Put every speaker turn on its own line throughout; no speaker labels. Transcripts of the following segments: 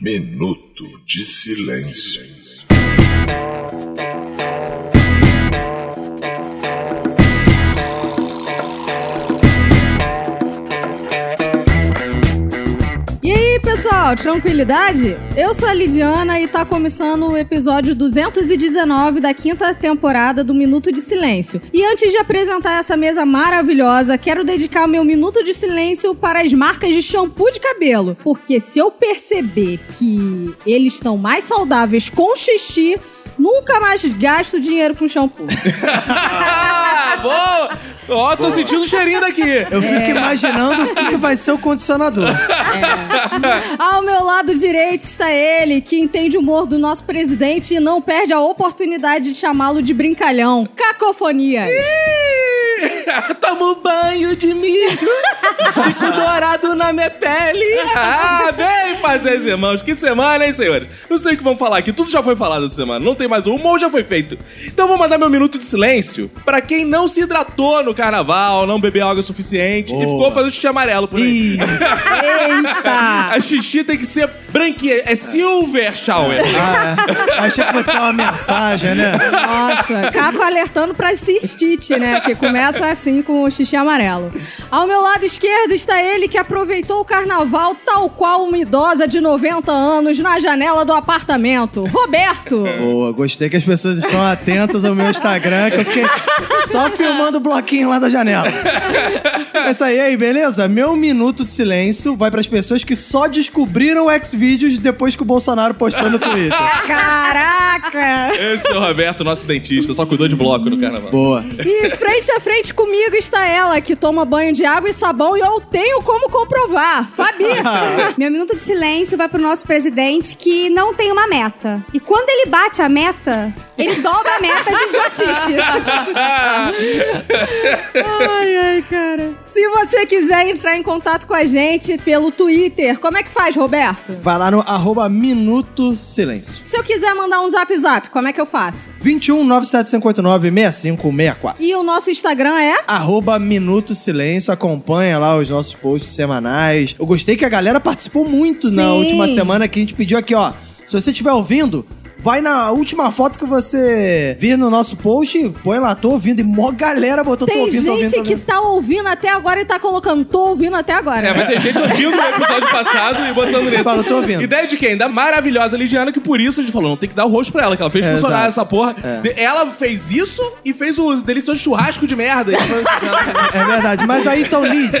Minuto de Silêncio.
E aí, pessoal, tranquilidade? Eu sou a Lidiana e tá começando o episódio 219 da quinta temporada do Minuto de Silêncio. E antes de apresentar essa mesa maravilhosa, quero dedicar o meu Minuto de Silêncio para as marcas de shampoo de cabelo. Porque se eu perceber que eles estão mais saudáveis com xixi, nunca mais gasto dinheiro com shampoo.
Ah, bom! Ó, tô sentindo o cheirinho daqui.
Eu fico imaginando o que, que vai ser o condicionador.
Ao meu lado direito está ele, que entende o humor do nosso presidente e não perde a oportunidade de chamá-lo de brincalhão. Cacofonia.
Tomo um banho de mídia, fico dourado na minha pele. Ah, bem, fazer irmãos. Que semana, hein, senhores? Não sei o que vamos falar aqui. Tudo já foi falado essa semana. Não tem mais um. O humor já foi feito. Então vou mandar meu minuto de silêncio pra quem não se hidratou no carnaval, não bebeu água o suficiente e ficou fazendo xixi amarelo por aí.
Ih,
Eita!
A xixi tem que ser branquinha. É silver shower.
ah, é. achei que fosse uma mensagem, né?
Nossa, Caco alertando pra cistite, né? Que começa assim com o xixi amarelo. Ao meu lado esquerdo está ele que aproveitou o carnaval tal qual uma idosa de 90 anos na janela do apartamento. Roberto!
Boa, gostei que as pessoas estão atentas ao meu Instagram, que eu fiquei só filmando o bloquinho lá da janela. É isso aí, aí, beleza? Meu minuto de silêncio vai para as pessoas que só descobriram o Xvideos depois que o Bolsonaro postou no Twitter.
Caraca!
Esse é o Roberto, nosso dentista. Só cuidou de bloco no carnaval.
Boa.
E frente a frente comigo está ela, que toma banho de água e sabão e eu tenho como comprovar. Fabi!
Ah,
Meu minuto de silêncio vai pro nosso presidente que não tem uma meta. E quando ele bate a meta, ele dobra a meta de justiça.
Ai, ai, cara. Se você quiser entrar em contato com a gente pelo Twitter, como é que faz, Roberto?
Vai lá no arroba Minuto Silêncio.
Se eu quiser mandar um zap zap, como é que eu faço?
21 97589 6564.
E o nosso Instagram é?
Arroba Minuto Silêncio, acompanha lá os nossos posts semanais. Eu gostei que a galera participou muito na
Sim.
última semana que a gente pediu aqui, ó. Se você estiver ouvindo, vai na última foto que você vir no nosso post, e põe lá, tô ouvindo. E mó galera botou, tô
Tem
ouvindo, tô ouvindo,
gente
tô
que
ouvindo.
tá ouvindo até agora e tá colocando, tô ouvindo até agora.
É, vai ter gente ouvindo o episódio passado e botando
Eu
nele.
falo, tô ouvindo.
Ideia de quem? Da maravilhosa Lidiana, que por isso a gente falou, não tem que dar o rosto pra ela, que ela fez
É,
funcionar
exato. É.
essa porra. De- Ela fez isso e fez o delicioso churrasco de merda. assim,
É verdade, mas aí então, Lid,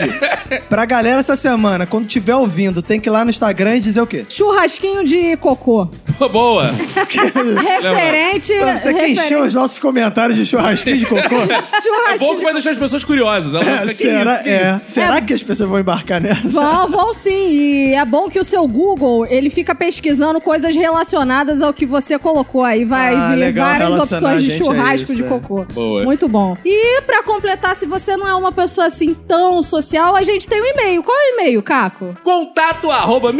pra galera essa semana, quando estiver ouvindo, tem que ir lá no Instagram e dizer o quê?
Churrasquinho de cocô.
Pô, Boa.
Referente.
Pra você que
referente-
encheu os nossos comentários de churrasquinho de cocô.
É bom
Churrasquinho.
que vai deixar as pessoas curiosas. Ela vai
É,
ficar, que
será,
isso? que
é.
isso?
será que as pessoas vão embarcar nessa?
Vão, vão sim. E é bom que o seu Google, ele fica pesquisando coisas relacionadas ao que você colocou aí. Vai
Ah,
vir
legal,
várias
relacionar
opções de
a gente a
churrasco
isso,
de
é.
cocô.
Boa.
Muito bom. E pra completar, se você não é uma pessoa assim tão social, a gente tem um e-mail. Qual é o e-mail, Caco?
Contato arroba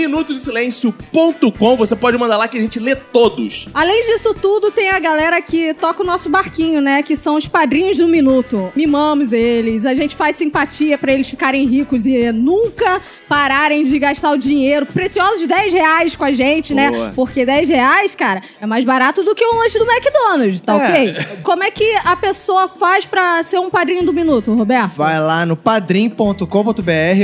minutodesilencio.com. Você pode mandar lá que a gente lê todos.
Além disso tudo, tem a galera que toca o nosso barquinho, né? Que são os padrinhos do minuto. Mimamos eles, a gente faz simpatia pra eles ficarem ricos e nunca pararem de gastar o dinheiro. Preciosos 10 reais com a gente, né?
Boa.
Porque 10 reais, cara, é mais barato do que um lanche do McDonald's, tá
É.
ok? Como é que a pessoa faz pra ser um padrinho do minuto, Roberto?
Vai lá no padrim.com.br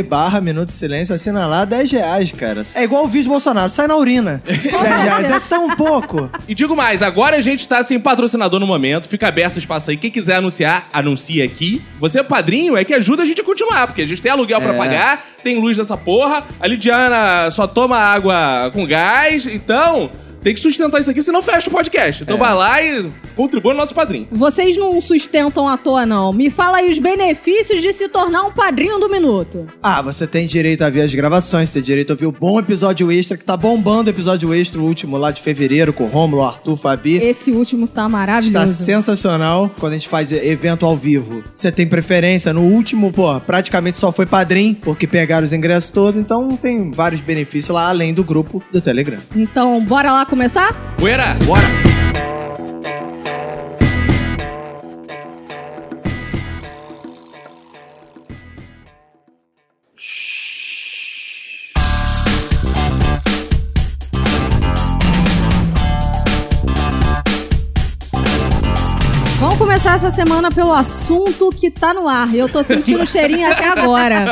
barra Minuto de Silêncio, assina lá 10 reais, cara. É igual o vídeo Bolsonaro, sai na urina. 10 reais, é tão pouco.
E digo mais, agora a gente tá sem patrocinador no momento, fica aberto o espaço aí. Quem quiser anunciar, anuncie aqui. Você é padrinho, é que ajuda a gente a continuar, porque a gente tem aluguel
É.
pra pagar, tem luz dessa porra, a Lidiana só toma água com gás, então tem que sustentar isso aqui, senão fecha o podcast.
É.
Então vai lá e contribua no nosso padrinho.
Vocês não sustentam à toa, não. Me fala aí os benefícios de se tornar um padrinho do minuto.
Ah, você tem direito a ver as gravações, você tem direito a ouvir o bom episódio extra, que tá bombando o episódio extra, o último lá de fevereiro, com o Rômulo, Arthur, Fabi.
Esse último tá
Está
maravilhoso.
sensacional quando a gente faz evento ao vivo. Você tem preferência. No último, pô, praticamente só foi padrinho, porque pegaram os ingressos todos. Então tem vários benefícios lá, além do grupo do Telegram.
Então, bora lá começar?
Poeira!
Bora!
começar essa semana pelo assunto que tá no ar. E eu tô sentindo o cheirinho até agora.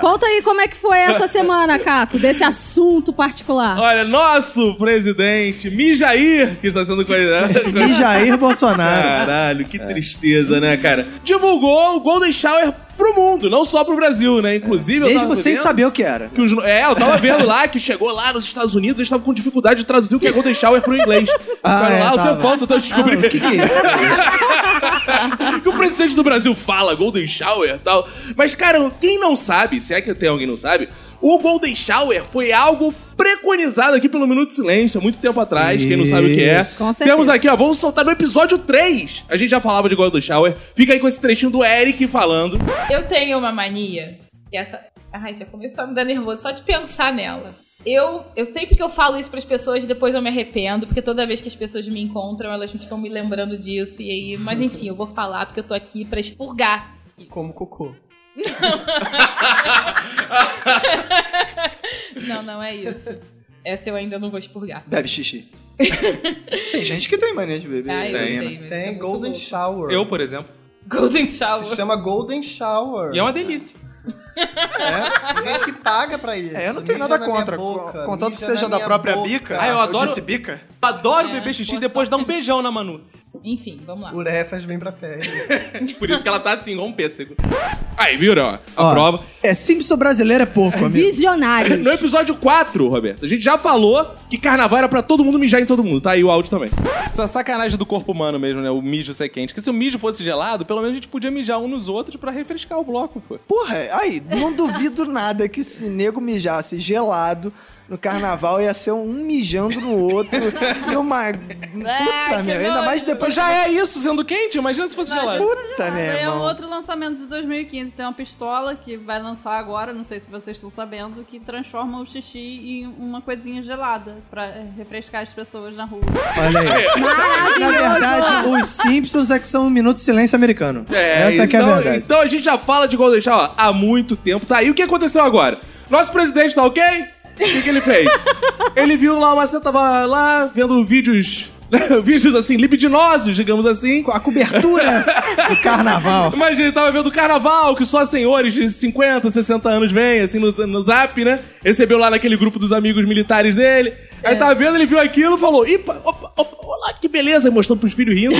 Conta aí como é que foi essa semana, Caco, desse assunto particular.
Olha, nosso presidente Mijair, que está sendo conhecido.
E Jair Bolsonaro.
Caralho, que tristeza, né, cara? Divulgou o Golden Shower pro mundo, não só pro Brasil, né? Inclusive, eu
Mesmo
tava
sem
vendo
saber o que era.
que os- é, eu tava vendo lá que chegou lá nos Estados Unidos, eles estavam com dificuldade de traduzir o que é Golden Shower pro inglês.
Ah,
Ficaram
é,
lá, o
tava.
teu ponto, eu descobri
Ah, o que que é isso?
que o presidente do Brasil fala, Golden Shower e tal. Mas, cara, quem não sabe, se é que tem alguém que não sabe, o Golden Shower foi algo preconizado aqui pelo Minuto de Silêncio, há muito tempo atrás, quem não sabe o que é.
Isso.
Com certeza.
Temos aqui, ó, vamos soltar no episódio 3. A gente já falava de Golden Shower. Fica aí com esse trechinho do Eric falando.
Eu tenho uma mania, e essa. Ai, já começou a me dar nervoso só de pensar nela. Eu, eu sempre que eu falo isso pras pessoas, depois eu me arrependo, porque toda vez que as pessoas me encontram, elas ficam me lembrando disso. E aí, mas enfim, eu vou falar porque eu tô aqui pra expurgar.
Como cocô.
Não, não é isso. Essa eu ainda não vou expurgar.
Bebe xixi. tem gente que tem né? mania de beber.
Ah, eu
Tem,
sei, mas isso é
Tem
muito
Golden
louco.
Shower.
Eu, por exemplo.
Golden
Se
Shower.
chama Golden Shower.
E é uma delícia.
É, tem gente que paga pra isso.
É, eu não tenho
Mija
nada
na minha
contra.
boca,
Contanto que
mija
seja
na
da
minha
própria
boca.
bica.
Ah, eu adoro-
disse bica.
Adoro
É,
beber xixi e
boa
depois dar um
sorte.
beijão na Manu.
Enfim, vamos lá.
O Refas vem pra férias.
Por isso que ela tá assim, igual um pêssego. Aí, viram? ó, A
Ó,
prova.
É, Simpson brasileiro é porco, amigo.
Visionário.
No episódio 4, Roberto, a gente já falou que carnaval era pra todo mundo mijar em todo mundo, tá aí o áudio também.
Essa sacanagem do corpo humano mesmo, né? O mijo ser quente. Que se o mijo fosse gelado, pelo menos a gente podia mijar um nos outros pra refrescar o bloco, pô.
Porra, aí, não duvido nada que se nego mijasse gelado no carnaval ia ser um mijando no outro e uma. Puta,
que
meu. Ainda mais
nojo.
depois.
Já é isso sendo quente, imagina se fosse gelado.
Puta, meu.
É um
irmão.
outro lançamento de 2015. Tem uma pistola que vai lançar agora, não sei se vocês estão sabendo, que transforma o xixi em uma coisinha gelada pra refrescar as pessoas na rua.
Olha aí. Na verdade, os Simpsons é que são um minuto de silêncio americano. Essa que é a
então-
verdade.
Então a gente já fala de Golden Shower há muito tempo, tá aí. O que aconteceu agora? Nosso presidente tá ok? O que, que ele fez? ele viu lá, uma você tava lá vendo vídeos... vídeos, assim, libidinosos, digamos assim.
A cobertura do carnaval.
Imagina, ele tava vendo o carnaval, que só senhores de 50, 60 anos vêm, assim, no, no zap, né? Recebeu lá naquele grupo dos amigos militares dele.
É.
Aí tava vendo, ele viu aquilo e falou: Ipa, opa, opa, olá, que beleza! E Mostrando pros filhos rindo.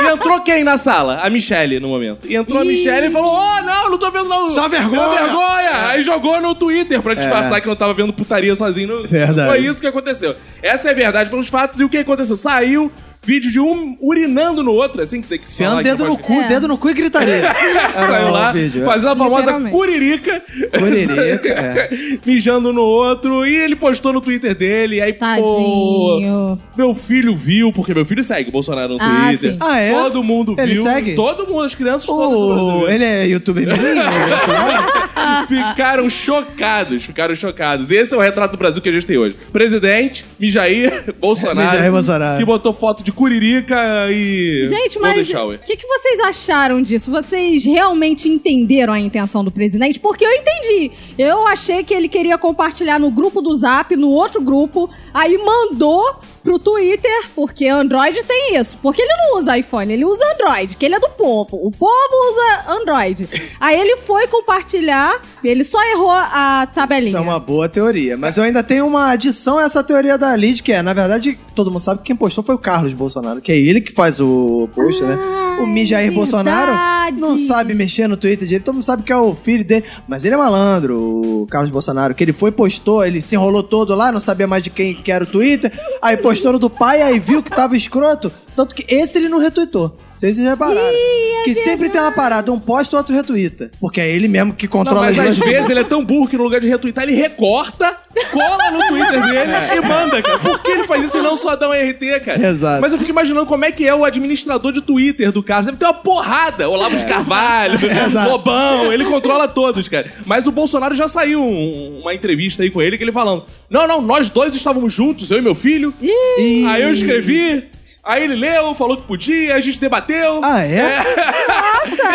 e entrou quem na sala? A Michelle, no momento. E entrou a Michelle e falou: Oh, não, não tô vendo, não.
Só vergonha.
Só vergonha!
É.
Aí jogou no Twitter pra disfarçar que não tava vendo putaria sozinho.
Verdade.
Foi isso que aconteceu. Essa é a verdade pelos fatos. E o que aconteceu? Saiu. Vídeo de um urinando no outro, assim, que tem que se falar
Enfiando
aqui,
dedo
pode- É.
no cu, dedo no cu e gritaria. Era
Saiu
o
lá,
vídeo, é.
fazendo a famosa
Literalmente.
curirica.
Curirica, é.
Mijando no outro. E ele postou no Twitter dele. Aí, pô...
Tadinho.
Meu filho viu, porque meu filho segue o Bolsonaro no
Ah,
Twitter.
sim.
Ah, é?
Todo mundo
Ele
viu.
segue?
Todo mundo, as crianças todas do Brasil.
Oh, ele é youtuber menino?
Ficaram chocados, ficaram chocados. Esse é o retrato do Brasil que a gente tem hoje. Presidente, Mijair, Bolsonaro.
Mijair Bolsonaro.
Que botou foto de curirica e...
Gente,
Golden
mas o
Shower.
que, que vocês acharam disso? Vocês realmente entenderam a intenção do presidente? Porque eu entendi. Eu achei que ele queria compartilhar no grupo do Zap, no outro grupo, aí mandou pro Twitter, porque Android tem isso. Porque ele não usa iPhone, ele usa Android, que ele é do povo. O povo usa Android. Aí ele foi compartilhar, ele só errou a tabelinha.
Isso é uma boa teoria. Mas eu ainda tenho uma adição a essa teoria da Lid, que é, na verdade, todo mundo sabe que quem postou foi o Carlos Bolsonaro, que é ele que faz o post, né? O Mi
Ah,
Jair
é verdade.
Bolsonaro não sabe mexer no Twitter direito, todo mundo sabe que é o filho dele, mas ele é malandro, o Carlos Bolsonaro, que ele foi, postou, ele se enrolou todo lá, não sabia mais de quem que era o Twitter, aí postou no do pai, aí viu que tava escroto, tanto que esse ele não retweetou. Vocês já repararam.
é
que sempre tem uma parada, um posta, o outro retuita. Porque é ele mesmo que
Não,
controla
mas
as
às
duas
vezes ele é tão burro que no lugar de retweetar, ele recorta, cola no Twitter
É.
dele e manda, cara. Por que ele faz isso e não só dá um RT, cara?
Exato.
Mas eu fico imaginando como é que é o administrador de Twitter do Carlos. Deve ter uma porrada. Olavo de Carvalho,
É. Exato.
Lobão, ele controla todos, cara. Mas o Bolsonaro já saiu um- uma entrevista aí com ele, que ele falando: Não, não, nós dois estávamos juntos, eu e meu filho.
Ih.
Aí eu escrevi. Aí ele leu, falou que podia, a gente debateu.
Ah, é?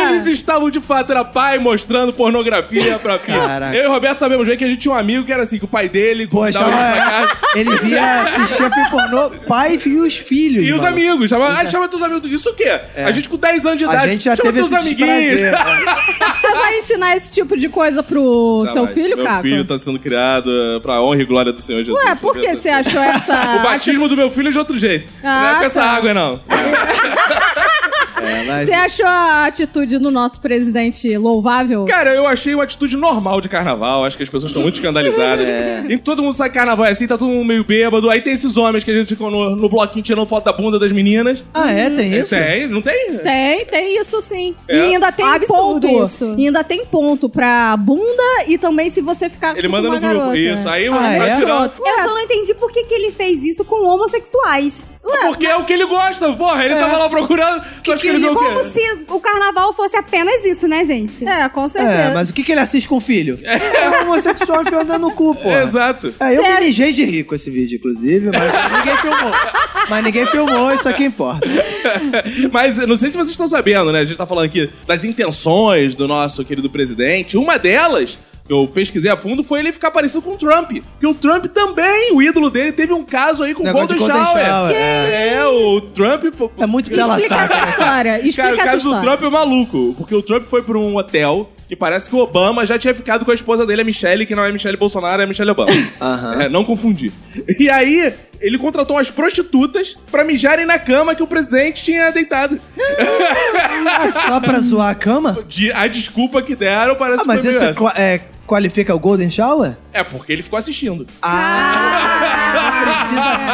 Eles estavam de fato, era pai mostrando pornografia pra filha.
Caraca.
Eu e o Roberto sabemos bem que a gente tinha um amigo que era assim, que o pai dele
Pô,
convidava
achava-
ele pra casa.
Ele via, assistia filme pornô, pai e os filhos.
E os
maluco. É.
amigos, chama, ah, chama teus amigos. Isso o quê? A gente com 10 anos de
A
idade,
gente já
chama
teve
teus
esse
amiguinhos.
desprazer.
Você vai ensinar esse tipo de coisa pro
Ah,
seu
mas
filho,
Meu
Caco?
filho tá sendo criado eh, pra honra e glória do Senhor Jesus.
Ué, por que você achou essa...
O batismo do meu filho é de outro jeito. não é
Ah,
com essa
tá.
água, não.
É, mas-
Você achou a atitude do nosso presidente louvável?
Cara, eu achei uma atitude normal de carnaval. Acho que as pessoas estão muito escandalizadas.
É.
E todo mundo sai carnaval é assim, tá todo mundo meio bêbado. Aí tem esses homens que a gente ficou no, no bloquinho tirando foto da bunda das meninas.
Ah, é? Tem isso?
Tem, não tem?
Tem, tem isso sim.
É.
E ainda tem
Absurdo
ponto.
isso.
E ainda tem ponto pra bunda e também se você ficar
Ele
com
manda
uma
no grupo.
garota.
Isso. Aí o
Ah,
tá
é?
tirando.
Eu só não entendi por que, que ele fez isso com homossexuais.
Porque é o que ele gosta, porra. Ele tava lá procurando. Tu acha que ele viu o quê?
Como assim, se o carnaval fosse apenas isso, né, gente?
É, com certeza.
É, mas o que, que ele assiste com o filho? É homossexual enfiando dando no cu, pô.
Exato.
É, eu
Sério?
me mijei de rico esse vídeo, inclusive, mas ninguém filmou. Mas ninguém filmou, isso aqui importa.
Mas eu não sei se vocês estão sabendo, né? A gente tá falando aqui das intenções do nosso querido presidente. Uma delas, que eu pesquisei a fundo, foi ele ficar parecido com o Trump. Porque o Trump também, o ídolo dele, teve um caso aí com o
Negócio de
Golden
Golden
Shower.
Shower,
É. o Trump.
É muito pela
Explica
saca.
essa história. Explica
Cara, o
essa
caso do
história.
Trump é maluco. Porque o Trump foi pra um hotel que parece que o Obama já tinha ficado com a esposa dele, a Michelle, que não é Michelle Bolsonaro, é Michelle Obama.
Aham.
É, não confundir. E aí, ele contratou umas prostitutas pra mijarem na cama que o presidente tinha deitado.
Ah, só pra zoar a cama?
De- a desculpa que deram parece
Ah, mas
que foi
isso
meio
é
essa.
qua- é, qualifica o Golden Shower?
É porque ele ficou assistindo.
Ah.
Precisa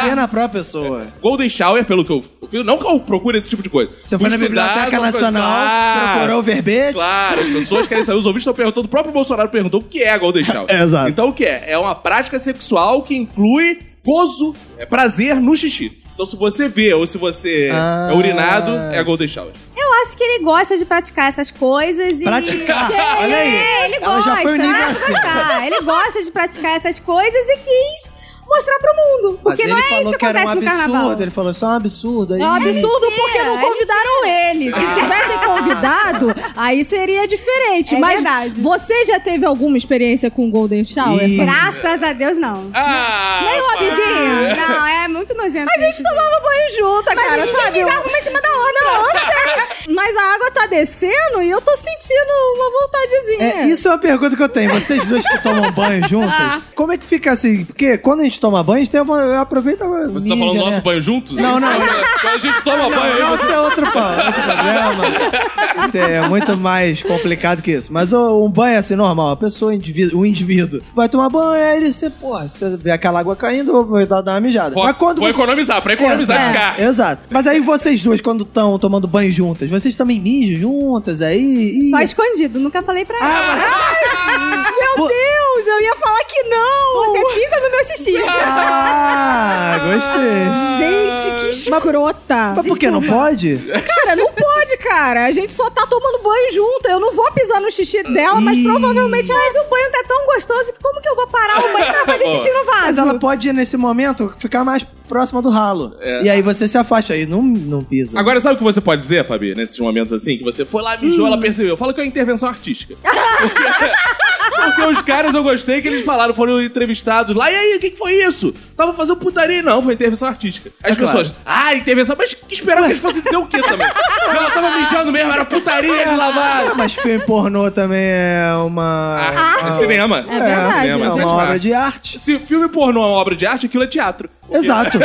ser na própria pessoa.
Golden Shower, pelo que eu fiz, não que eu procure esse tipo de coisa.
Você
Fui
foi na
estudar,
Biblioteca
essas coisas. Ah,
Nacional,
Claro,
procurou o verbete.
Claro, as pessoas querem saber, os ouvintes estão perguntando, o próprio Bolsonaro perguntou o que é Golden Shower.
É, exato.
Então o que é? É uma prática sexual que inclui gozo, é prazer no xixi. Então se você vê ou se você
Ah.
é urinado, é Golden Shower.
Eu acho que ele gosta de praticar essas coisas e.
Praticar?
É,
Olha aí.
É, ele
Ela
gosta.
já foi um nível
ah,
acima.
praticar. Ele gosta de praticar essas coisas e quis mostrar pro mundo.
Mas
Porque
ele
não é isso
falou
que
que era um
acontece no carnaval.
absurdo. Ele falou, isso é um absurdo. aí-
É um absurdo
mentira,
porque não
é
convidaram ele. Se tivessem convidado, aí seria diferente.
É
Mas
verdade.
você já teve alguma experiência com Golden Shower?
Ih.
Graças a Deus, não.
Ah!
Nem o
rapaz.
amiguinho. Não, é muito nojento.
A gente tá tomava banho junto,
Mas
cara,
ninguém
sabe?
mijava uma em cima da outra.
Não, sério. Mas a água tá descendo e eu tô sentindo uma vontadezinha.
É,
né?
isso é uma pergunta que eu tenho. Vocês duas que tomam banho
Ah.
juntas, como é que fica assim? Porque quando a gente toma banho, a gente tem uma, eu aproveito a
Você tá falando nosso banho juntos?
né? Não, não.
A gente toma banho aí,
Não,
você
isso é outro, pa- outro problema. Isso é muito mais complicado que isso. Mas o- um banho assim, normal. A pessoa, o indivíduo, o indivíduo vai tomar banho, aí ele, você, porra, você vê aquela água caindo, eu vou dar dar uma mijada.
Pô,
Mas quando
vou
você- É,
economizar, pra
É,
economizar
Exato,
descarga.
Exato. Mas aí vocês duas, quando estão tomando banho juntas, vocês também mijam juntas aí? Ih,
Só escondido, nunca falei pra ela.
Ah,
pô-
Deus, eu ia falar que não! Você pisa no meu xixi.
Ah, gostei.
Gente, que escrota.
Mas por que? Não pode?
Cara, não pode, cara. A gente só tá tomando banho junto. Eu não vou pisar no xixi dela, mas
Ih.
provavelmente ela...
Mas o banho tá tão gostoso que como que eu vou parar o banho pra fazer xixi no vaso?
Mas ela pode, nesse momento, ficar mais próxima do ralo.
É.
E aí você se afasta aí, não, não pisa.
Agora, sabe o que você pode dizer, Fabi, nesses momentos assim? Que você foi lá, mijou, ela percebeu. Fala que é uma intervenção artística. Porque, porque os caras, eu gostei que eles falaram, foram entrevistados lá. E aí, o que, que foi isso? Tava fazendo putaria. Não, foi intervenção artística. As pessoas, ah, intervenção. Mas que esperava que eles fossem dizer o quê também? Que ela tava mijando mesmo, era putaria de
Ah,
lavar.
mas filme pornô também é uma.
Arte, cinema.
É verdade,
é
Ah, cinema,
né?
isso
uma
arte.
obra de arte.
Se filme pornô é uma obra de arte, aquilo é teatro.
Exato.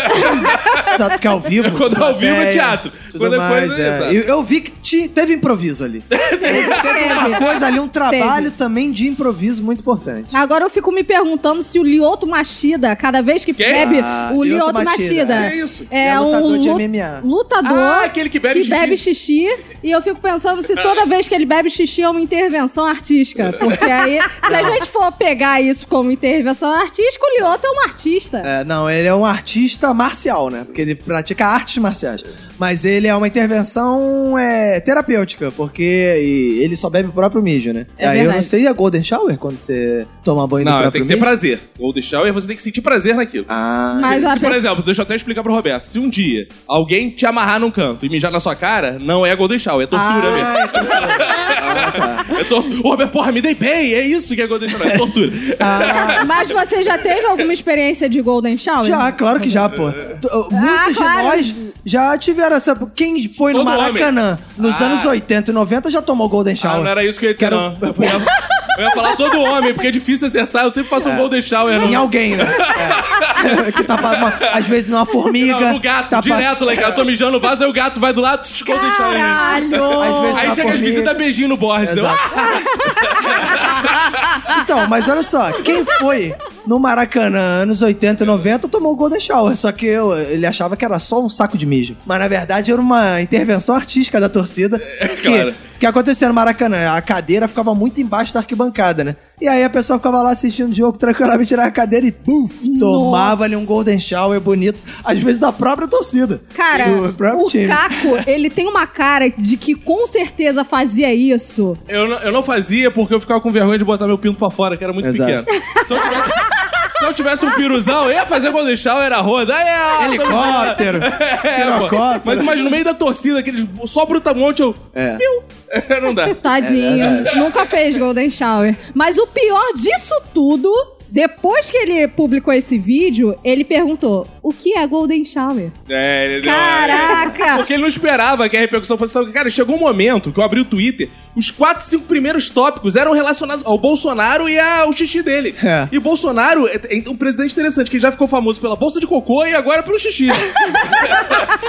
Exato, que é ao vivo.
Quando é ao vivo, é
plateia,
teatro.
tudo
Quando é
mais,
coisa,
é.
exato.
Eu, eu vi que ti- teve improviso ali. teve uma coisa ali, um trabalho também de improviso muito importante.
Agora eu fico me perguntando se o Lioto Machida, cada vez que
Quem?
bebe,
Ah,
o
Lyoto
Lioto
Machida.
Machida.
É isso.
É,
É
um
lutador de
lu-
MMA.
lutador
Ah, aquele que bebe xixi.
xixi. E eu fico pensando se toda vez que ele bebe xixi é uma intervenção artística. Porque aí, se a gente for pegar isso como intervenção artística, o Lioto é um artista.
É, não, ele é um artista marcial, né? Porque ele pratica artes marciais. Mas ele é uma intervenção é, terapêutica, porque e ele só bebe o próprio mijo, né?
É
Aí eu não
verdade.
sei, e a Golden Shower, quando você toma banho do
Não,
próprio
tem que ter
mijo?
prazer. Golden Shower, você tem que sentir prazer naquilo.
Ah,
Mas
se,
a
se, por
pessoa-
exemplo, deixa eu até explicar pro Roberto. Se um dia alguém te amarrar num canto e mijar na sua cara, não é Golden Shower, é tortura
Ah,
mesmo.
é tortura. Ah, tá.
É tortura. Ô, Roberto, porra, me dei bem, é isso que é Golden Shower, é tortura.
Ah,
Mas você já teve alguma experiência de Golden Shower?
Já, claro que já, pô. T- Muitos
Ah, claro.
de nós já tiveram essa. Quem foi no
Todo
Maracanã nos
Ah.
anos 80 e 90 já tomou Golden
Ah,
Shower.
não era isso que eu ia dizer,
Quero-
não. Eu ia, eu ia falar todo homem, porque é difícil acertar, eu sempre faço um Golden Shower.
Em
No...
alguém, né? É. que tapa, uma- às vezes numa formiga. tá
Não, no gato,
tapa-
direto lá em casa. Eu tô mijando no vaso, aí o gato vai do lado, tch, Golden Shower.
Às
Caralho!
vezes
Aí
na
chega as
formiga.
visitas beijinho no Borges. Eu,
Exato. Então, mas olha só, quem foi no Maracanã anos 80 e 90 tomou o Golden Shower, só que eu- ele achava que era só um saco de mijo. Mas na verdade era uma intervenção artística da torcida. que,
É, claro.
que acontecia no Maracanã? A cadeira ficava muito embaixo da arquibancada, né? E aí a pessoa ficava lá assistindo o jogo, tranquilamente tirava a cadeira e buf, tomava ali um Golden Shower bonito, às vezes da própria torcida.
Cara,
do próprio
o
time.
Caco, ele tem uma cara de que com certeza fazia isso.
Eu não, eu não fazia porque eu ficava com vergonha de botar meu pinto pra fora, que era muito
Exato.
pequeno. Se eu tivesse, se eu tivesse um piruzão, eu ia fazer Golden Shower, era roda. Aí, ah,
Helicóptero,
É, pô.
pirocóptero.
Mas imagina, no meio da torcida, aqueles só brutamonte, eu...
É.
Piu. Não dá.
Tadinho.
É
Nunca fez Golden Shower. Mas o pior disso tudo, depois que ele publicou esse vídeo, ele perguntou: o que é Golden Shower?
É, ele deu-
Caraca!
Porque ele não esperava que a repercussão fosse tão... Cara, chegou um momento que eu abri o Twitter, os quatro, cinco primeiros tópicos eram relacionados ao Bolsonaro e ao xixi dele.
É.
E o Bolsonaro é é um presidente interessante, que já ficou famoso pela bolsa de cocô e agora pelo xixi.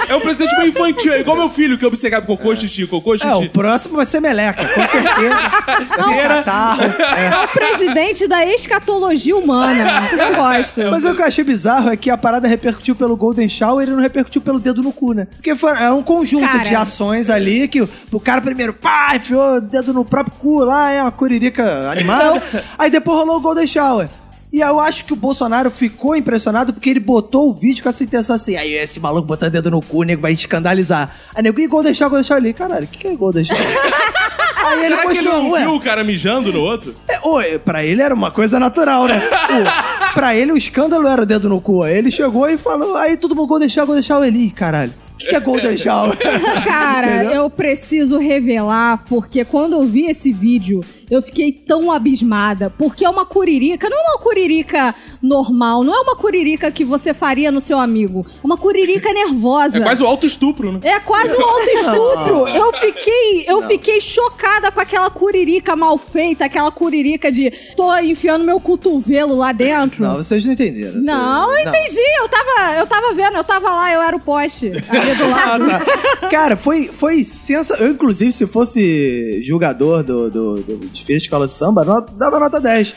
é um presidente meio infantil, é igual meu filho que é obcecado por cocô, xixi, cocô, xixi.
É, o próximo vai ser meleca, com certeza. Tá, Vai ser
Cera.
catarro.
É o presidente da escatologia humana. Eu gosto.
É, Mas o que eu achei bizarro é que a parada repercutiu pelo Golden Shower e não repercutiu pelo dedo no cu, né? Porque foi, é um conjunto
Cara.
de ações ali que o, o cara primeiro, pá, enfiou o dedo no próprio cu lá, é uma curirica animada. aí depois rolou o Golden Shower. E eu acho que o Bolsonaro ficou impressionado porque ele botou o vídeo com essa intenção assim. Aí esse maluco botando dedo no cu, o nego vai escandalizar. Aí nego, e Golden Shower, Golden Shower ali? Caralho, o que, que é Golden Shower? aí ele
Será que ele
mostrou,
não
ué,
viu o cara mijando no outro?
é, ô, é, pra ele era uma coisa natural, né? Pô, pra ele o escândalo era o dedo no cu. Aí ele chegou e falou, aí todo mundo Golden Shower, Golden Shower. Ele, "Ih, caralho, o que, que é Golden Shower?
Cara, eu preciso revelar, porque quando eu vi esse vídeo, eu fiquei tão abismada. Porque é uma curirica, não é uma curirica normal, não é uma curirica que você faria no seu amigo. É uma curirica nervosa.
É quase o auto-estupro, né?
É quase um autoestupro. Eu fiquei, eu fiquei chocada com aquela curirica mal feita, aquela curirica de tô enfiando meu cotovelo lá dentro.
Não,
Não,
vocês não entenderam.
eu entendi. Eu tava, eu tava vendo, eu tava lá, eu era o poste. Ali do lado.
Tá. Cara, foi, foi sensacional. Eu, inclusive, se fosse julgador do, do, do, de Feira de Escola de Samba, not- dava nota 10.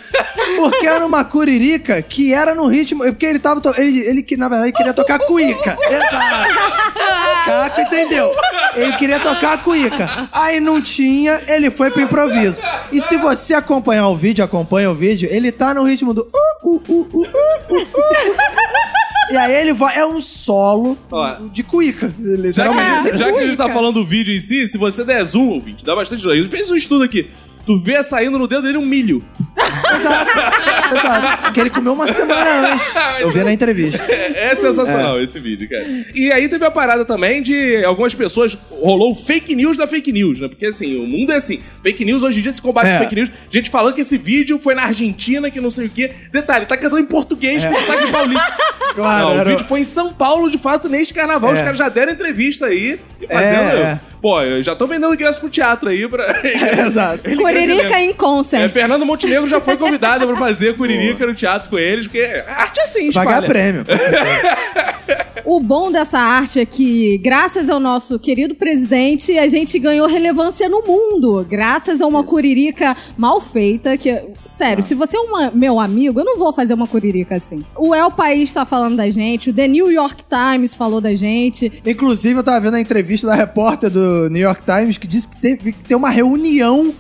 Porque era uma curirica que era no ritmo. Porque ele tava. to- Ele, ele que, na verdade, queria tocar cuíca. Exato. Caraca, entendeu? Ele queria tocar a cuíca. Aí não tinha, ele foi pro improviso. E se você acompanhar o vídeo, acompanha o vídeo, ele tá no ritmo do. uh, uh, uh, uh, uh, uh. E aí ele vai. É um solo
Ó.
de cuíca.
Já que,
Literalmente.
a gente, já que a gente tá falando do vídeo em si, se você der zoom, ouvinte, dá bastante zoom. Ele fez um estudo aqui. Tu vê saindo no dedo dele um milho. é.
Exato. Exato. Porque ele comeu uma semana antes. Eu vi na entrevista.
É, é sensacional esse vídeo, cara. E aí teve a parada também de algumas pessoas. Rolou fake news da fake news, né? Porque assim, o mundo é assim. Fake news hoje em dia se combate
É.
com fake news. Gente falando que esse vídeo foi na Argentina, que não sei o quê. Detalhe, tá cantando em português com sotaque paulista.
É. Claro,
Não, o
era-
vídeo foi em São Paulo, de fato, neste carnaval. Os
É.
caras já deram entrevista aí e fazendo.
é.
Pô, eu já tô vendendo ingresso pro teatro aí pra.
Exato.
Ele grande
Curirica
mesmo.
em concert.
É, Fernando Montenegro já foi convidado pra fazer Curirica no teatro com eles, porque a arte é assim, espalha.
Pagar prêmio.
O bom dessa arte é que, graças ao nosso querido presidente, a gente ganhou relevância no mundo. Graças a uma curirica mal feita. Que, sério, se você é uma- meu amigo, eu não vou fazer uma curirica assim. O El País tá falando da gente, o The New York Times falou da gente.
Inclusive, eu tava vendo a entrevista da repórter do New York Times que disse que teve que ter uma reunião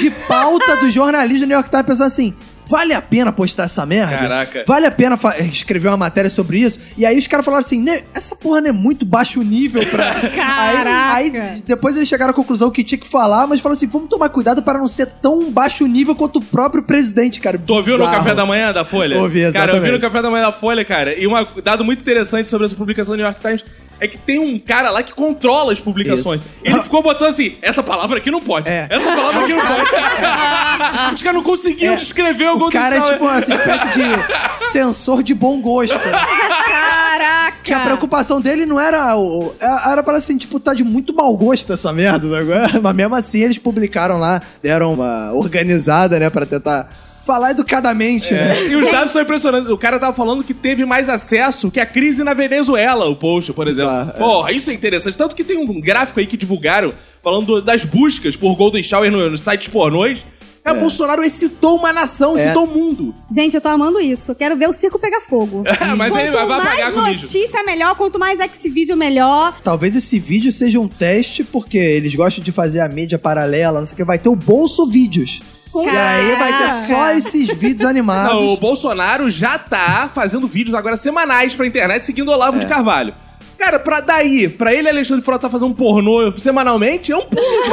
de pauta do jornalista do New York Times pensando assim. Vale a pena postar essa merda?
Caraca.
Vale a pena fa- escrever uma matéria sobre isso? E aí os caras falaram assim, né, essa porra não é muito baixo nível pra...
Caraca.
Aí, aí d- depois eles chegaram à conclusão que tinha que falar, mas falaram assim, vamos tomar cuidado para não ser tão baixo nível quanto o próprio presidente, cara.
Tu ouviu no
Bizarro.
Café da Manhã da Folha?
Ouvi,
Cara, eu vi
exatamente.
no Café da Manhã da Folha, cara, e um dado muito interessante sobre essa publicação do New York Times é que tem um cara lá que controla as publicações. Ele ficou botando assim, essa palavra aqui não pode,
É.
essa palavra aqui não pode. Os caras não conseguiam
É.
descrever o
O
gol
cara é
do
tipo essa espécie de sensor de bom gosto.
Caraca!
Que a preocupação dele não era o. o- Era para assim, tipo, tá de muito mau gosto essa merda, né? Mas mesmo assim eles publicaram lá, deram uma organizada, né, pra tentar falar educadamente, né?
E os dados são impressionantes. O cara tava falando que teve mais acesso que a crise na Venezuela, o post, por exemplo.
Bizarro, é.
Porra, isso é interessante. Tanto que tem um gráfico aí que divulgaram falando do- das buscas por Golden Shower no- nos sites pornôs. Cara, Bolsonaro excitou uma nação, excitou o mundo.
Gente, eu tô amando isso. Eu quero ver o circo pegar fogo.
Mas ele vai
Quanto
apagar
mais
com o lixo.
notícia, é melhor. Quanto mais X-Video, melhor.
Talvez esse vídeo seja um teste, porque eles gostam de fazer a mídia paralela, não sei o que, vai ter o bolso vídeos. E aí vai ter só esses vídeos animados.
Não, o Bolsonaro já tá fazendo vídeos agora semanais pra internet seguindo Olavo de Carvalho. Cara, pra daí, pra ele Alexandre Frota tá fazendo um pornô semanalmente, é um pulo.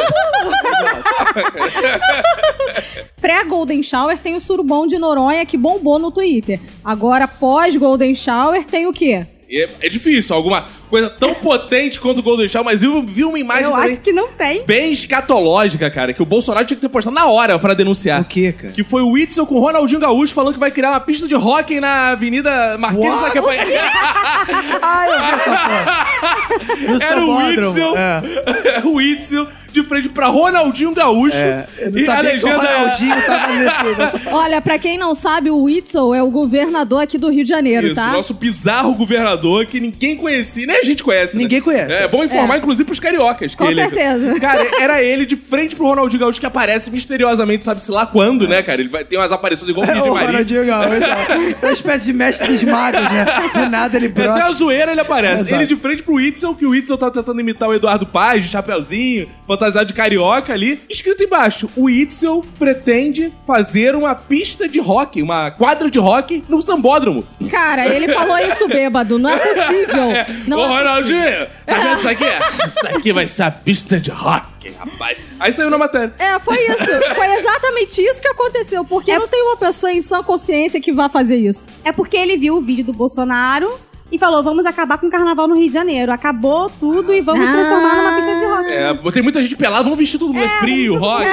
Pré-Golden Shower tem o surubom de Noronha que bombou no Twitter. Agora, pós-Golden Shower, tem o quê?
É, é difícil, alguma coisa tão potente quanto o Golden Shower, mas eu vi uma imagem
Eu
também
acho que não tem.
bem escatológica, cara, que o Bolsonaro tinha que ter postado na hora pra denunciar.
O quê, cara?
Que foi o Whitson com o Ronaldinho Gaúcho falando que vai criar uma pista de hockey na Avenida Marquês da
What?
Campanha.
Ah, eu vi essa porra. No
Era o
sambódromo,
Whitson,
é.
o Whitson de frente pra Ronaldinho Gaúcho.
É, eu não
e a
sabia que o
legenda é-
Ronaldinho tava nesse, nessa
Olha, pra quem não sabe, o Whitson é o governador aqui do Rio de Janeiro,
Isso,
tá?
nosso bizarro governador que ninguém conhecia, nem a gente conhece. né?
Ninguém conhece.
É bom informar,
É.
inclusive, pros cariocas. que
Com
ele-
certeza.
Cara, era ele de frente pro Ronaldinho Gaúcho que aparece misteriosamente, sabe-se lá quando, né, cara? Ele vai, tem umas aparições igual o
É,
Vídeo
o
Maria.
Ronaldinho Gaúcho. É uma espécie de mestre dos magos, né? Do nada ele
É, Até a
brota.
zoeira ele aparece.
Exato.
Ele de frente pro Whitson, que o Whitson tá tentando imitar o Eduardo Paz, de chapeuzinho, fantasiado de carioca ali. Escrito embaixo, o Whitson pretende fazer uma pista de rock, uma quadra de rock no sambódromo.
Cara, ele falou isso bêbado, não é possível. Não
Ô,
é
Ronaldinho, tá vendo isso aqui? Isso aqui vai ser a pista de rock, rapaz. Aí saiu na matéria.
É, foi isso. Foi exatamente isso que aconteceu. Porque não tem uma pessoa em sã consciência que vá fazer isso.
É porque ele viu o vídeo do Bolsonaro e falou: vamos acabar com o carnaval no Rio de Janeiro. Acabou tudo e vamos
Ah.
transformar numa pista de rock.
É, tem muita gente pelada, vamos vestir todo mundo. É, frio, rock.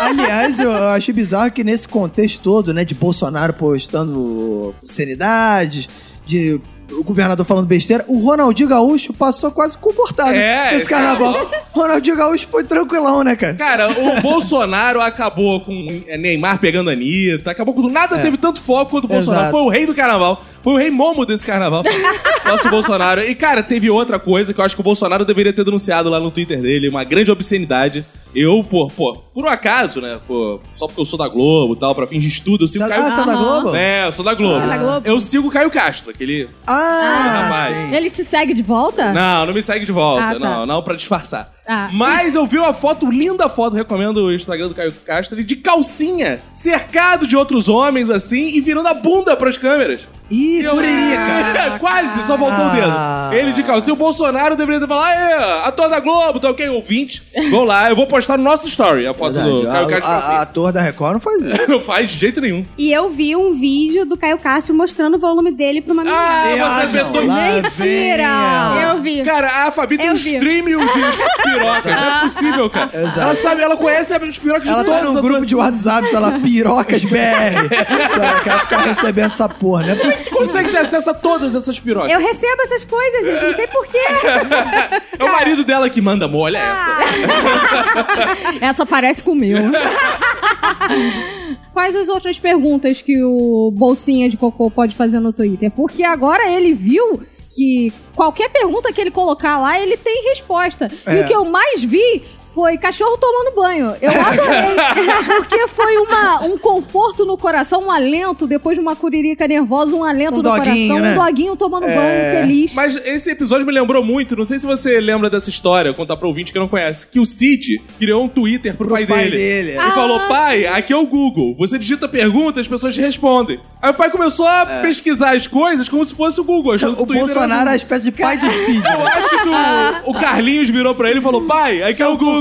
Aliás, eu achei bizarro que nesse contexto todo, né, de Bolsonaro postando sanidades, de o governador falando besteira, o Ronaldinho Gaúcho passou quase comportado
É,
nesse carnaval. Ronaldinho Gaúcho foi tranquilão, né, cara?
Cara, o Bolsonaro acabou com é, Neymar pegando a Anitta, acabou com tudo. Nada teve tanto foco quanto o Bolsonaro.
É. Exato.
Foi o rei do carnaval. Foi o rei momo desse carnaval. Nosso Bolsonaro. E, cara, teve outra coisa que eu acho que o Bolsonaro deveria ter denunciado lá no Twitter dele, uma grande obscenidade. Eu, por, pô, por um acaso, né? pô, só porque eu sou da Globo e tal, pra fins de estudo, eu sigo
Ah,
o Caio
você é da Globo?
É, eu sou da Globo. Eu sigo o Caio Castro, aquele.
Ah,
rapaz.
sim.
Ele te segue de volta?
Não, não me segue de volta.
Ah, tá.
Não, não, pra disfarçar.
Ah.
Mas eu vi uma foto, linda foto, recomendo o Instagram do Caio Castro, ele de calcinha, cercado de outros homens assim e virando a bunda pras câmeras.
Ih,
E eu- É,
curirica.
Quase, só faltou o
Ah.
dedo. Ele de calcinha. O Bolsonaro deveria ter falado, "Aê, ator da Globo, tá ok? Ouvinte, vão lá, eu vou postar no nosso story a foto do Caio
Verdade,
Castro assim.
a, a, a
calcinha.
ator da Record não faz isso.
Não faz de jeito nenhum.
E eu vi um vídeo do Caio Castro mostrando o volume dele pra uma menina.
Ah,
Ah,
você
não,
vetou
lá vem ela.
Ah,
Mentira! Eu vi.
Cara, a Fabi tem
Eu
um
vi.
streaming de piroca. Não é possível, cara.
Exato.
Ela sabe, ela conhece as pirocas de
Ela tá
todas
num
as
grupo
outras.
de WhatsApp, sei lá, pirocas BR. Sabe, Ela fica recebendo essa porra, não é
tá
possível.
Consegue ter acesso a todas essas pirocas.
Eu recebo essas coisas, gente. Não sei porquê.
É o marido dela que manda amor, olha
Ah.
essa.
Essa parece com o meu. Quais as outras perguntas que o Bolsinha de Cocô pode fazer no Twitter? Porque agora ele viu que qualquer pergunta que ele colocar lá, ele tem resposta. E
É.
o que eu mais vi foi cachorro tomando banho. Eu adorei, porque foi uma, um conforto no coração, um alento, depois de uma curirica nervosa, um alento
Um
no
doguinho,
coração,
né?
um doguinho tomando
É.
banho, feliz.
Mas esse episódio me lembrou muito, não sei se você lembra dessa história, contar pra ouvinte que não conhece, que o Cid criou um Twitter pro, pai,
pai
dele.
dele, é.
E
Ah,
falou, pai, aqui é o Google. Você digita perguntas, as pessoas te respondem. Aí o pai começou a pesquisar as coisas como se fosse o Google. achando que
É. O
Twitter tá era
Bolsonaro é a espécie de pai do Cid. né?
Eu acho que o, o Carlinhos virou pra ele e falou: pai, aqui é o Google.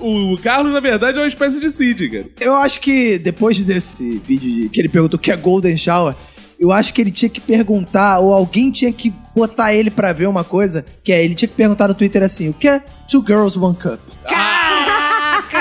o Carlos, na verdade, é uma espécie de Cid, cara.
Eu acho que depois desse vídeo de- que ele perguntou o que é Golden Shower, eu acho que ele tinha que perguntar, ou alguém tinha que botar ele pra ver uma coisa, que é, ele tinha que perguntar no Twitter assim, o que é Two Girls, One Cup?
Caraca,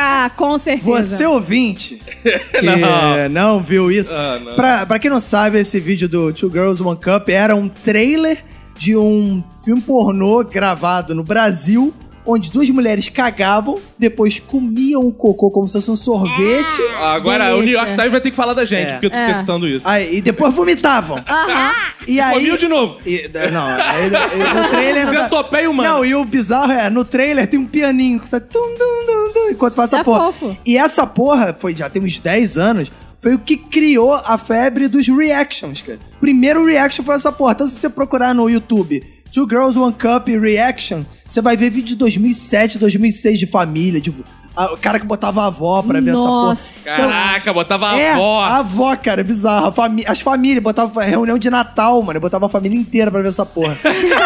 Ah, com certeza.
Você ouvinte que
Não.
não, viu isso,
Ah, não.
Pra, pra quem não sabe, esse vídeo do Two Girls, One Cup era um trailer de um filme pornô gravado no Brasil, onde duas mulheres cagavam, depois comiam o cocô como se fosse um sorvete,
Agora o New York
delícia.
Times vai ter que falar da gente,
É.
porque tu fica
É.
citando isso.
aí, e depois vomitavam.
Aham.
E aí...
Comiu de novo.
E- não, aí no, e no trailer.
Zé Topé e o Mano.
Não, e o bizarro é, no trailer tem um pianinho que tá tum, dum, dum, dum, enquanto faz essa
É
porra.
fofo.
E essa porra, foi, já tem uns 10 anos, foi o que criou a febre dos reactions, cara. Primeiro reaction foi essa porra. Então, se você procurar no YouTube Two Girls, One Cup Reaction, você vai ver vídeo de 2007, 2006 de família, de. a- o cara que botava a avó pra ver
Nossa.
essa porra. Então,
Caraca, botava a
é,
avó.
A avó, cara, é bizarro. A fami- as famílias, botava reunião de Natal, mano. Eu botava a família inteira pra ver essa porra.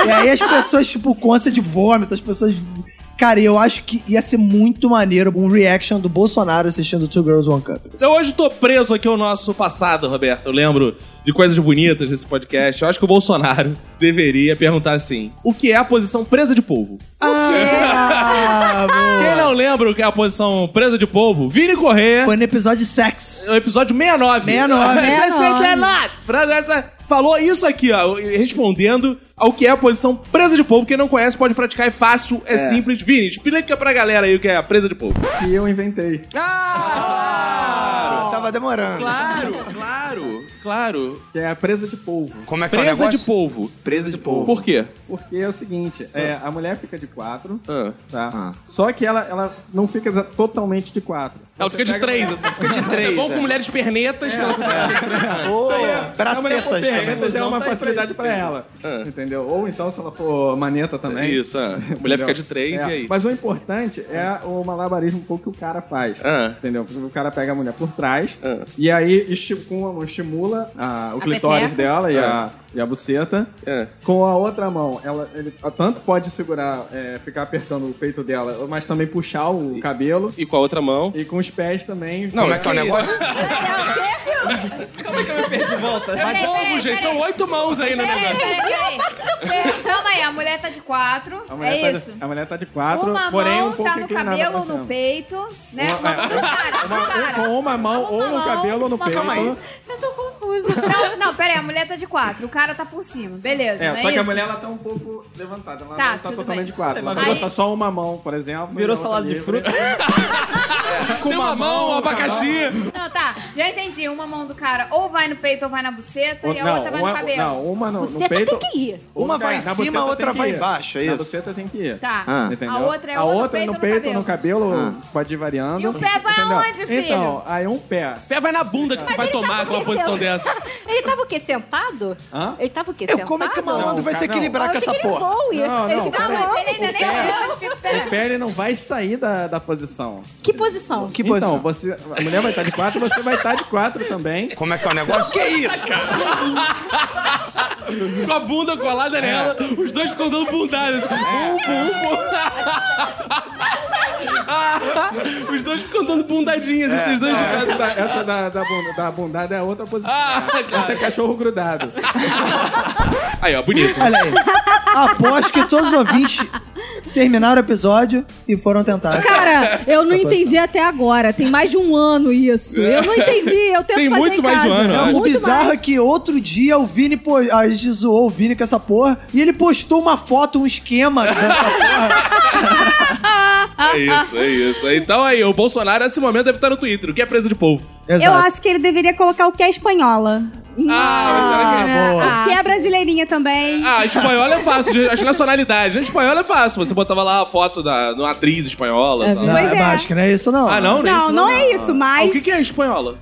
e aí as pessoas, tipo, com ânsia de vômito, as pessoas. Cara, eu acho que ia ser muito maneiro um reaction do Bolsonaro assistindo Two Girls One Cup.
Eu hoje tô preso aqui ao nosso passado, Roberto. Eu lembro de coisas bonitas desse podcast. Eu acho que o Bolsonaro deveria perguntar assim: o que é a posição presa de polvo?
Ah,
Quem
boa.
não lembra o que é a posição presa de polvo, vire correr.
Foi no episódio sexo.
É o episódio 69.
69.
69. Pra- essa- Falou isso aqui, ó, respondendo ao que é a posição presa de povo. Quem não conhece pode praticar, é fácil, é, simples. Vini, explica pra galera aí o que é a presa de povo.
que eu inventei.
Ah!
Tava demorando.
Claro, claro, claro.
Que é a presa de polvo.
Como é que é o
Presa de
negócio?
povo.
Presa de polvo.
Por quê?
Porque é o seguinte, é, a mulher fica de quatro,
Ah.
tá? Só que ela, ela não fica exa- totalmente de quatro.
Ela fica de
pega-
três. Fica de três. é. Vão com mulheres pernetas. que ela consegue-
Ô,
Mulher por
bracetas também.
pernas é uma facilidade pra ela. Entendeu? Ou então, se ela for maneta
É
também.
isso, ah. mulher fica de três
É,
e aí.
Mas o importante é o malabarismo pouco que o cara faz.
Ah.
Entendeu? Porque o cara pega a mulher por trás
Ah.
e aí estimula, estimula a- o clitóris
pepeca.
dela e,
Ah.
a, e a buceta.
Ah.
Com a outra mão, ela ele tanto pode segurar, é, ficar apertando o peito dela, mas também puxar o cabelo.
E com a outra mão.
E com os pés também.
Como é que é o negócio?
Mas ovo, gente, são oito mãos aí
é
no
Peraí,
negócio.
peraí, peraí. Calma aí, a mulher tá de quatro.
A mulher,
É
tá,
isso.
De, a mulher tá de quatro,
uma
porém
mão
um pouco
tá no
inclinada
cabelo
pra
ou
cima.
no peito, né?
Uma-
Uma, mão do cara,
Uma-
do cara.
com uma mão, ou no
mão,
cabelo ou no
uma-
peito.
calma aí. Eu tô confusa. Não, não, peraí, a mulher tá de quatro, o cara tá por cima. Beleza,
É,
não é
só que a
isso?
mulher ela tá um pouco levantada. Ela
Tá,
não tá
tudo
totalmente
bem.
de quatro. Ela
Mas-
virou só uma mão, por exemplo.
Virou
e a outra
salada de
livre.
fruta.
Com uma mão, um abacaxi.
Não, tá, já entendi. Uma mão do cara ou vai no peito ou vai na buceta
Ou-
e a
não,
outra vai
uma,
no cabelo.
Não, uma no, no
buceta
peito.
tem que ir.
ou no
Uma vai
cara. Na
em cima,
buceta
outra
tem que
vai
ir.
embaixo, é
Na
isso?
buceta tem que ir.
Tá.
Ah.
Entendeu?
A outra é
a
ou no
outra é
peito
no
ou no
peito ou no cabelo,
Ah.
pode ir variando.
E o pé vai
Entendeu?
aonde, filho?
Então, aí um pé.
Pé vai na bunda que tu
tá
vai tomar com uma posição dessa.
Ele tava o quê? Sentado?
Hã?
Ele tava o quê?
Eu, como é que o malandro
Não,
vai se
cara, não.
equilibrar com essa porra?
voe.
Não, não,
fica-
peraí. É.
mas ele ainda
O pé-
nem onde fica o
O
pé.
pé ele não vai sair da, da posição.
Que posição?
Que
então,
posição?
você, a mulher vai estar de quatro, você vai estar de quatro também.
Como é que é o negócio?
Que isso, cara?
Com a bunda colada nela, os dois ficam dando bundada.
É.
assim, Um, um, um. os dois ficam dando bundadinhas,
É,
esses dois de
Essa,
é?
casa.
da, essa da, da, bunda- da bundada é outra posição.
Ah,
Essa é cachorro grudado.
Aí, ó, bonito.
Olha aí. Aposto que todos os ouvintes terminaram o episódio e foram tentar.
Cara, eu não entendi até agora. Tem mais de um ano isso. Eu não entendi. Eu tento
Tem
fazer
muito
em
mais de um
casa.
ano, eu
Não,
acho.
o
Muito
bizarro
mais.
é que outro dia o Vini, pô, a gente zoou o Vini com essa porra, e ele postou uma foto, um esquema dessa porra.
É isso, é isso. Então aí, o Bolsonaro, nesse momento, deve estar no Twitter. O que é presa de povo?
Eu acho que ele deveria colocar o que é espanhola.
Ah, mas será que ele
Que é brasileirinha também.
Ah, espanhola é fácil. de- As nacionalidades. A espanhola é fácil. Você botava lá a foto da de uma atriz espanhola.
É
tal.
verdade. Pois é.
Acho que não é isso, não.
Ah, não?
Não,
isso,
não é isso,
Ah,
mas-
o que, que é espanhola?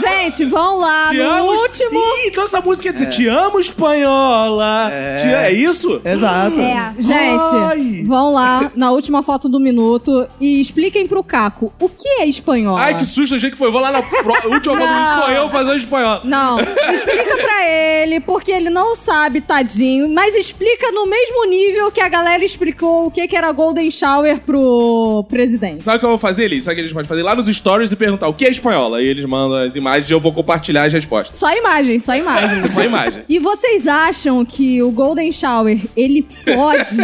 Gente, vão lá
Te
no
amo,
último.
Ih, então essa música quer dizer Te amo, espanhola. Te- É, isso?
Exato.
É.
Gente,
Ai.
vão lá na última foto do minuto e expliquem pro Caco o que é espanhola.
Ai, que susto, achei que foi. Vou lá na pro- última foto, sou eu fazendo espanhola.
Não, explica pra ele, porque ele não sabe, tadinho, mas explica no mesmo nível que a galera explicou o que, que era Golden Shower pro presidente.
Sabe o que eu vou fazer, Liz? Sabe o que a gente pode fazer? Lá nos stories e perguntar o que é espanhola. E eles mandam as imagens e eu vou compartilhar as respostas.
Só imagem, só imagem.
Só imagem.
E vocês acham que o Golden Shower, ele pode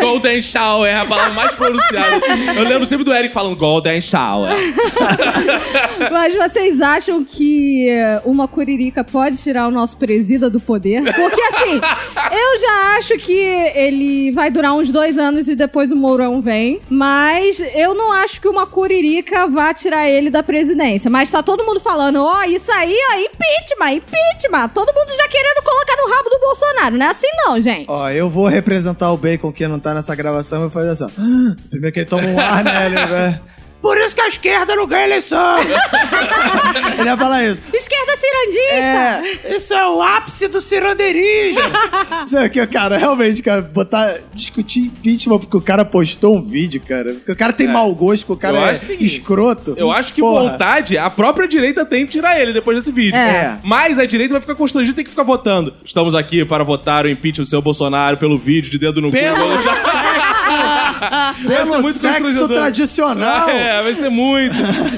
Golden Shower é a palavra mais pronunciada. Eu lembro sempre do Eric falando Golden Shower.
Mas vocês acham que eh, uma curirica pode tirar o nosso presida do poder? Porque assim, eu já acho que ele vai durar uns dois anos e depois o Mourão vem. Mas eu não acho que uma curirica vá tirar ele da presidência. Mas tá todo mundo falando, ó, isso aí, ó, impeachment, impeachment. Todo mundo já querendo colocar no rabo do Bolsonaro. Não é assim não, gente.
Ó, eu vou representar o Bacon que não tá nessa gravação e vou fazer assim. ó. Ah, Primeiro que ele toma um ar, né? Ele vai... Por isso que a esquerda não ganha eleição! ele vai falar isso.
Esquerda cirandista!
É, isso é o ápice do cirandeirismo! Sabe o que, cara? Realmente, cara, botar. discutir impeachment porque o cara postou um vídeo, cara. Porque o cara tem mau gosto, porque o cara
Eu
é
acho o seguinte,
escroto.
Eu acho que
Porra.
vontade, a própria direita tem de tirar ele depois desse vídeo.
É.
Mas a direita vai ficar constrangida e tem que ficar votando. Estamos aqui para votar o impeachment do seu Bolsonaro pelo vídeo de dedo no
Pelo
cu. Vai ser
Pelo
é muito
sexo
constrangedor.
tradicional.
Ah, é, vai ser muito.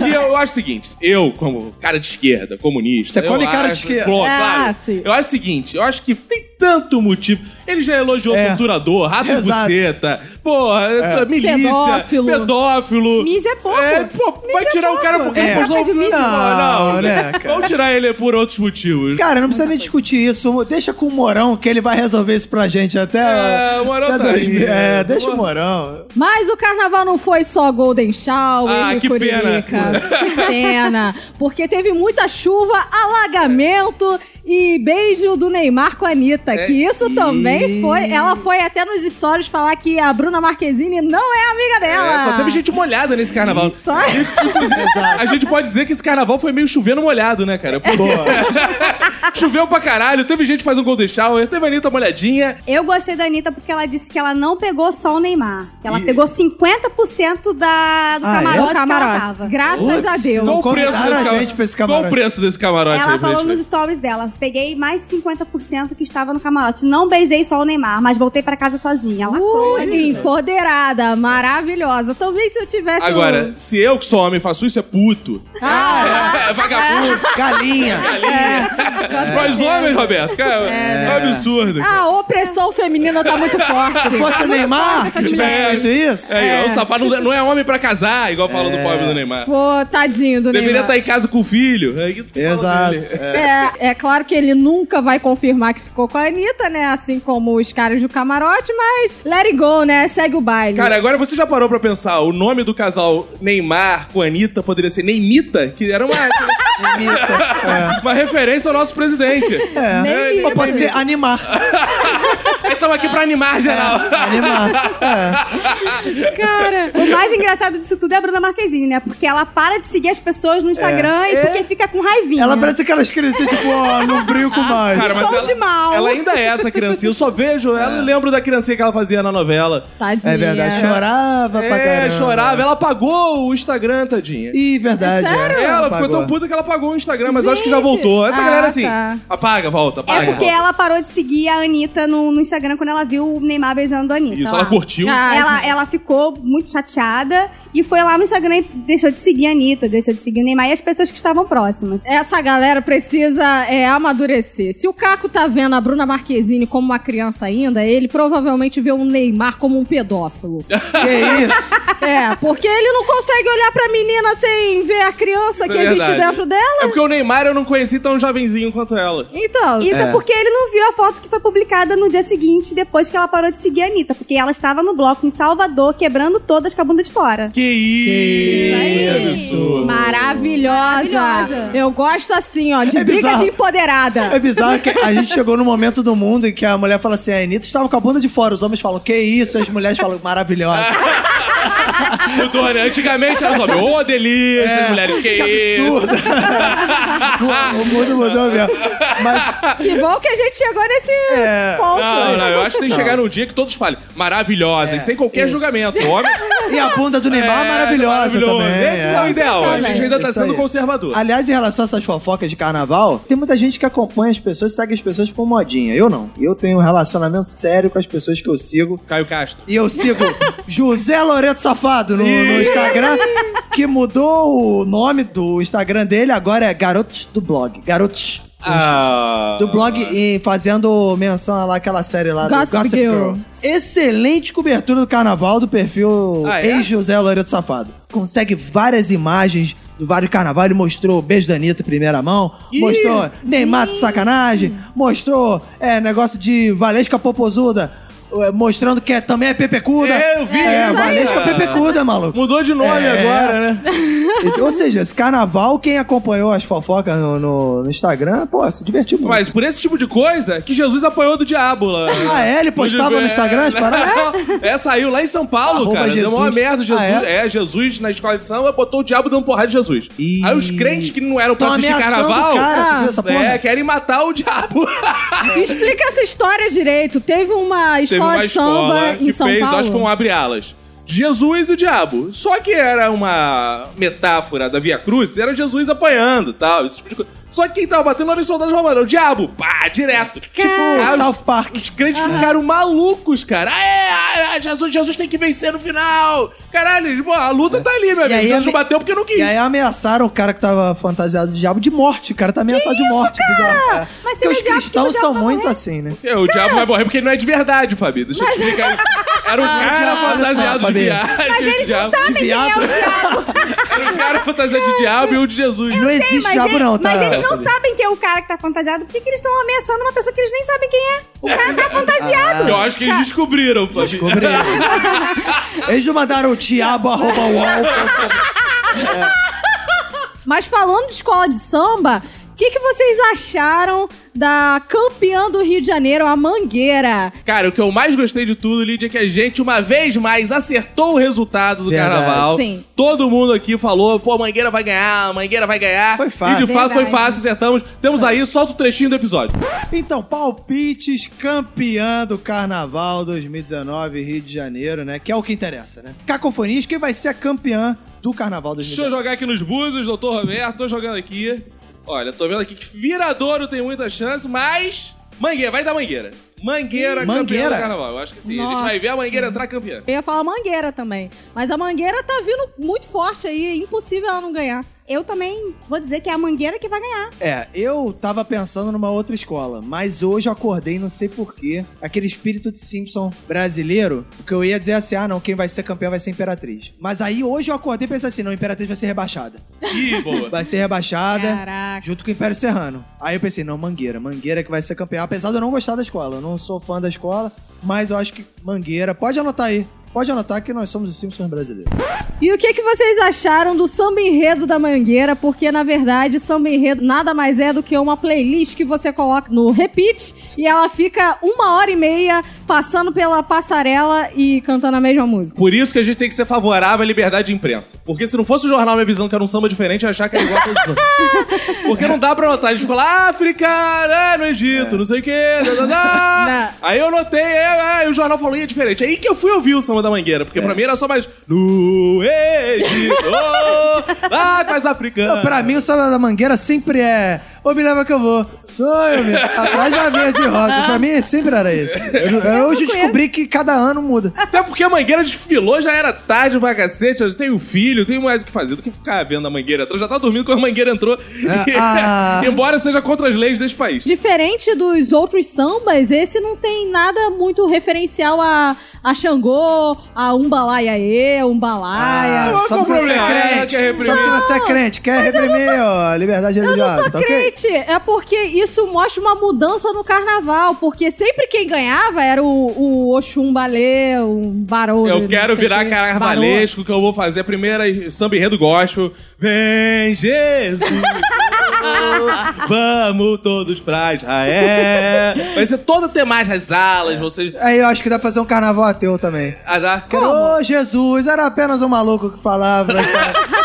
E eu acho o seguinte, eu, como cara de esquerda, comunista...
Você
eu
come cara de
acho-
esquerda.
Pô,
Ah,
claro.
sim.
Eu acho o seguinte, eu acho que tem tanto motivo. Ele já elogiou
É.
torturador, rato e
Exato. É.
buceta, porra, milícia,
Pedófilo.
pedófilo.
Mídia é pouco.
É, pô, vai
Mídia é
tirar o cara
pouco.
porque
É.
ele postou...
Capaz de mídia.
Não, não,
né, cara?
Vamos tirar ele por outros motivos.
Cara, não precisa nem discutir isso. Deixa com o Morão que ele vai resolver isso pra gente até.
É, o Morão
até
tá aí.
2000. É, deixa o
Boa.
Morão.
Mas o carnaval não foi só Golden Shower
Ah,
e
que
Curirica.
pena.
Que pena. Porque teve muita chuva, alagamento e beijo do Neymar com a Anitta.
É,
Que isso também foi... Ela foi até nos stories falar que a Bruna Marquezine não é amiga dela.
É, só teve gente molhada nesse carnaval.
Só-
A gente pode dizer que esse carnaval foi meio chovendo molhado, né, cara? Porque
Boa.
choveu pra caralho, teve gente fazendo golden shower, teve a Anitta molhadinha.
Eu gostei da Anitta porque ela disse que ela não pegou só o Neymar. Que ela
Ih.
pegou 50% da, do
Ah, é?
camarote,
Do
que ela
camarote.
tava.
Graças
Putz,
a Deus.
não-
Qual o preço
convidaram
desse
a
camarote?
gente pra esse camarote.
Qual o preço desse camarote
Ela
aí pra
falou
gente ver?
nos stories dela. Peguei mais de 50% que estava no camarote. Não beijei só o Neymar, mas voltei pra casa sozinha. Ela
Uh, empoderada, maravilhosa. Talvez se eu tivesse... um-
Agora, se eu que sou homem faço isso, é puto.
Ah,
É vagabundo.
Galinha.
Nós homens, Roberto, cara, é, um absurdo. cara.
A opressão feminina tá muito
Se
forte.
fosse Neymar que tivesse feito isso.
É, igual, o safado não é- não é homem pra casar, igual fala
É.
do pobre do Neymar.
Pô, tadinho do
Deveria tá
Neymar.
estar em casa com o filho. É isso que eu falo
Exato.
dele.
É.
É, é claro que ele nunca vai confirmar que ficou com a Anitta, né? Assim como os caras do camarote, mas let it go, né? Segue o baile.
Cara, agora você já parou pra pensar, o nome do casal Neymar com Anitta poderia ser Neymita, que era uma,
Mita.
uma referência ao nosso presidente.
É. é.
Neymita.
Ou pode ser animar.
Ele tava aqui pra animar geral.
Animar. É.
Cara,
O mais engraçado disso tudo é a Bruna Marquezine, né? Porque ela para de seguir as pessoas no Instagram e porque fica com raivinha.
Ela parece aquelas crianças, tipo, ó, não brinco mais.
Cara, mas
Estou de mal.
ela, ela ainda é essa criancinha. Eu só vejo ela e lembro da criancinha que ela fazia na novela.
tadinha.
É verdade, chorava pra
É,
caramba.
chorava. Ela apagou o Instagram, tadinha.
Ih, verdade.
Sério?
é.
Ela
Apagou.
ficou tão puta que ela apagou o Instagram, mas eu acho que já
Gente.
voltou. Essa
Ah,
galera assim,
tá.
apaga, volta, apaga.
É porque
volta.
ela parou de seguir a Anitta no, no Instagram quando ela viu o Neymar beijando a Anitta.
Isso,
tá lá.
ela curtiu.
Ah,
Ela, ela ficou muito chateada e foi lá no Instagram e deixou de seguir a Anitta, deixou de seguir o Neymar e as pessoas que estavam próximas.
Essa galera precisa é, amadurecer. Se o Caco tá vendo a Bruna Marquezine como uma criança ainda, ele provavelmente vê o Neymar como um pedófilo.
Que isso?
É, porque ele não consegue olhar pra menina sem ver a criança
Isso
que
é
existe
verdade.
dentro dela.
É porque o Neymar eu não conheci tão jovenzinho quanto ela.
Então.
Isso é. porque ele não viu a foto que foi publicada no dia seguinte, depois que ela parou de seguir a Anitta, porque ela estava no bloco em Salvador, quebrando todas com a bunda de fora.
Que isso!
é Maravilhosa.
Maravilhosa.
Eu gosto assim, ó, de
É
briga
bizarro.
de empoderada.
É bizarro que a gente chegou num momento do mundo em que a mulher fala assim: a Anitta estava com a bunda de fora. Os homens falam, que isso? As mulheres falam, maravilhosa.
Ah, Mudou, né? Antigamente era só, ô delícia, mulheres, que, isso.
absurdo. o mundo mudou mesmo. Mas
Que bom que a gente chegou nesse ponto.
É Não, não, eu acho que tem que chegar no dia que todos falem
É,
maravilhosa, e sem qualquer julgamento. Homem,
E a bunda do Neymar
É,
maravilhosa
maravilhoso.
também.
Esse é o ideal. A gente ainda tá
Isso
sendo conservador.
Aliás, em relação a essas fofocas de carnaval, tem muita gente que acompanha as pessoas, segue as pessoas por modinha. Eu não. Eu tenho um relacionamento sério com as pessoas que eu sigo.
Caio Castro.
E eu sigo José Loreto Safado no, no Instagram, que mudou o nome do Instagram dele, agora é Garotos do Blog. Garotos.
Ah.
Do blog e fazendo menção a lá aquela série lá
Gossip
do Gossip
Girl.
Girl. Excelente cobertura do carnaval do perfil
Ah, é?
ex-José Loreto Safado. Consegue várias imagens do vários carnaval. Ele mostrou o beijo da Anitta em primeira mão, mostrou Neymar de sacanagem, mostrou é, negócio de Valesca Popozuda, é, mostrando que é- também é Pepecuda.
Eu vi
É,
isso,
Valesca
cara.
Pepecuda, maluco.
Mudou de nome
É.
agora, né?
Então, Ou seja, esse carnaval, quem acompanhou as fofocas no, no- no Instagram, pô, se divertiu muito.
Mas por esse tipo de coisa que Jesus apanhou do diabo lá.
Ah, é? Ele postava no Instagram as paradas?
É, saiu lá em São Paulo,
Arroba
cara. Deu uma
Jesus.
merda. Jesus,
Ah,
é? Jesus na escola de samba botou o diabo dando porrada de Jesus.
Ih.
Aí os crentes que não eram pra
Tão
assistir
ameaçando o
carnaval.
Cara,
Ah.
tu viu essa porra?
É, querem matar o diabo.
Explica essa história direito. Teve uma
Teve
escola
uma
de samba
escola
em
que
São
fez,
Paulo.
acho que foi um abre-alas. Jesus e o diabo. Só que era uma metáfora da Via Cruz, era Jesus apanhando e tal, esse tipo de coisa. Só que quem tava batendo era os soldados romanos. O diabo, pá, direto.
Tipo,
Cara,
South Park.
Os crentes ficaram malucos, cara. Ah, é, ah, ah, Jesus, Jesus tem que vencer no final. Caralho, pô, a luta tá ali, meu
É. E
amigo.
aí,
Jesus
ame-
não bateu porque não quis.
E aí ameaçaram o cara que tava fantasiado de diabo de morte. O cara tá ameaçado de morte. Bizarro. É.
Mas
Porque
se ele é
os
diabo, que o
cristãos
diabo
são
vai
muito
morrer?
assim, né?
É, o diabo vai morrer porque ele não é de verdade, Fabi. Deixa eu te explicar isso. Era um cara
diabo, olha só,
fantasiado de
Fabi.
viagem. um
Mas eles
diabo.
não sabem quem é o diabo.
Era um cara fantasiado de diabo e o de Jesus.
não existe
mas,
diabo,
ele-
não, tá?
mas eles não
Fabi?
sabem quem é o cara que tá fantasiado, por que que eles estão ameaçando uma pessoa que eles nem sabem quem é? O cara
Ah.
tá fantasiado.
Eu acho que eles descobriram, Fabi.
Descobri. Eles não mandaram o diabo arroba wall.
Mas falando de escola de samba, o que, que vocês acharam da campeã do Rio de Janeiro, a Mangueira?
Cara, o que eu mais gostei de tudo, Lídia, é que a gente, uma vez mais, acertou o resultado do
Verdade.
carnaval.
Sim.
Todo mundo aqui falou, pô, Mangueira vai ganhar, Mangueira vai ganhar.
Foi fácil.
E de fato foi
Verdade.
fácil, acertamos. Temos aí, solta o trechinho do episódio.
Então, palpites campeã do Carnaval 2019 Rio de Janeiro, né? Que é o que interessa, né? Cacofonias, quem vai ser a campeã do Carnaval
Deixa eu
2019?
jogar aqui nos búzios, doutor Roberto, tô jogando aqui. Olha, tô vendo aqui que Viradouro tem muita chance, mas... Mangueira, vai dar Mangueira. Mangueira, campeã
Mangueira?
do carnaval. Eu acho que sim. A gente vai
Nossa.
ver a Mangueira entrar campeã.
Eu ia falar Mangueira também. Mas a Mangueira tá vindo muito forte aí, é impossível ela não ganhar.
Eu também vou dizer que é a mangueira que vai ganhar.
É, eu tava pensando numa outra escola, mas hoje eu acordei, não sei porquê, aquele espírito de Simpson brasileiro, que eu ia dizer assim, ah não, quem vai ser campeão vai ser a Imperatriz. Mas aí hoje eu acordei e pensei assim, não, a Imperatriz vai ser rebaixada.
Ih, boa.
Vai ser rebaixada
Caraca.
junto com o Império Serrano. Aí eu pensei, não, Mangueira, Mangueira é que vai ser campeão. Apesar de eu não gostar da escola, eu não sou fã da escola, mas eu acho que Mangueira, pode anotar aí. Pode anotar que nós somos os Simpsons brasileiros.
E o que, que vocês acharam do samba enredo da Mangueira? Porque, na verdade, samba enredo nada mais é do que uma playlist que você coloca no repeat e ela fica uma hora e meia passando pela passarela e cantando a mesma música.
Por isso que a gente tem que ser favorável à liberdade de imprensa. Porque se não fosse o jornal Minha Visão, que era um samba diferente, eu ia achar que era igual a todos os outros. Porque não dá pra notar. A gente ficou lá, África, né, no Egito, não sei o quê. Dá, dá, dá. Aí eu notei, é, é, e o jornal falou, e é diferente. Aí que eu fui ouvir o samba da Mangueira, porque pra mim era só mais... No Egito, lá com as africanas.
Pra mim, o Sábado da Mangueira sempre é Ou me leva que eu vou. Sonho, meu. Atrás de uma verde rosa. Pra mim, sempre era isso. Eu, hoje descobri que cada ano muda.
Até porque a mangueira desfilou, já era tarde pra cacete, já tem o filho, tem mais o que fazer do que ficar vendo a mangueira entrar. Já tá dormindo quando a mangueira entrou.
É,
ah.
Embora seja contra as leis desse país.
Diferente dos outros sambas, esse não tem nada muito referencial a, a Xangô, a Umbalaia-ê, Umbalaia.
só porque você é crente. Só porque você é crente. Quer reprimir, ó, liberdade
Eu
religiosa.
não sou
tá ok?
crente, é porque isso mostra uma mudança no carnaval, porque sempre quem ganhava era o, o Oxum Balê, o Barulho.
Eu quero
é
virar carnavalesco que eu vou fazer a primeira samba enredo gospel. Vem, Jesus! Vamos todos pra Israel! Vai ser toda temática, as
É.
alas, vocês.
Aí eu acho que dá pra fazer um carnaval ateu também.
Ah, dá?
Quero, Ô, Jesus, era apenas um maluco que falava.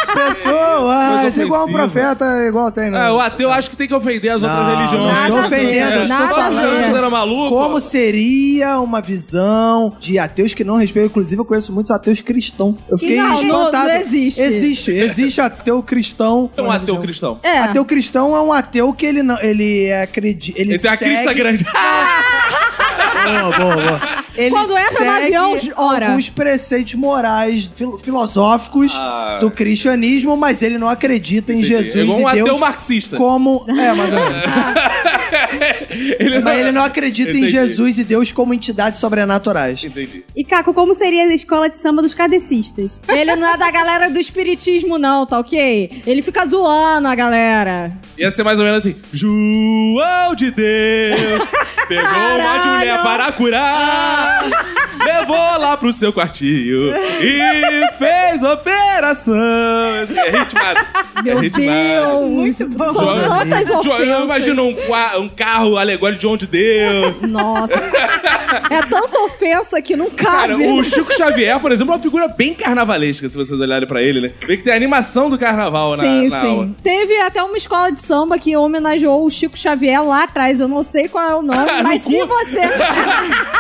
Pessoas,
Coisa
igual um
ofensiva.
profeta, igual tem, não.
Ah, o ateu acho que tem que ofender as outras
Não
religiões. tá
estou ofendendo, eu estou falando.
Era maluco.
Como seria uma visão de ateus que não respeitam? Inclusive, eu conheço muitos ateus cristãos. Eu fiquei
Não, não,
espantado.
não existe.
Existe, existe ateu cristão.
É um ateu cristão.
É.
Ateu cristão é um ateu que ele não. Ele acredita. Ele,
Ele tem é a
segue-
crista grande.
Boa, boa, boa. Ele
Quando entra no
segue
avião, ora.
alguns preceitos morais, fil- filosóficos
Ah.
do cristianismo, mas ele não acredita em Jesus
É igual um
e Deus
ateu marxista.
como... É, mais ou menos.
Ele
Mas ele não acredita em
Entendi.
Jesus e Deus como entidades sobrenaturais.
Entendi.
E, Caco, como seria a escola de samba dos kardecistas?
Ele não é da galera do espiritismo, não, tá ok? Ele fica zoando a galera.
Ia ser mais ou menos assim: João de Deus pegou uma
Caralho. Ah!"
mulher para curar, levou lá pro seu quartinho e fez operação. Assim, é ritmado.
Meu
é ritmado.
Deus! Muito bom. São
João-
tantas
João-
ofensas.
eu imagino um, qua- um carro alegórico de João de Deus.
Nossa. É tanta ofensa que não cabe.
Cara, o Chico Xavier, por exemplo, é uma figura bem carnavalesca, se vocês olharem pra ele, né? Vê que tem a animação do carnaval na,
Sim,
na
sim.
aula.
Teve até uma escola de samba que homenageou o Chico Xavier lá atrás. Eu não sei qual é o nome, mas se você.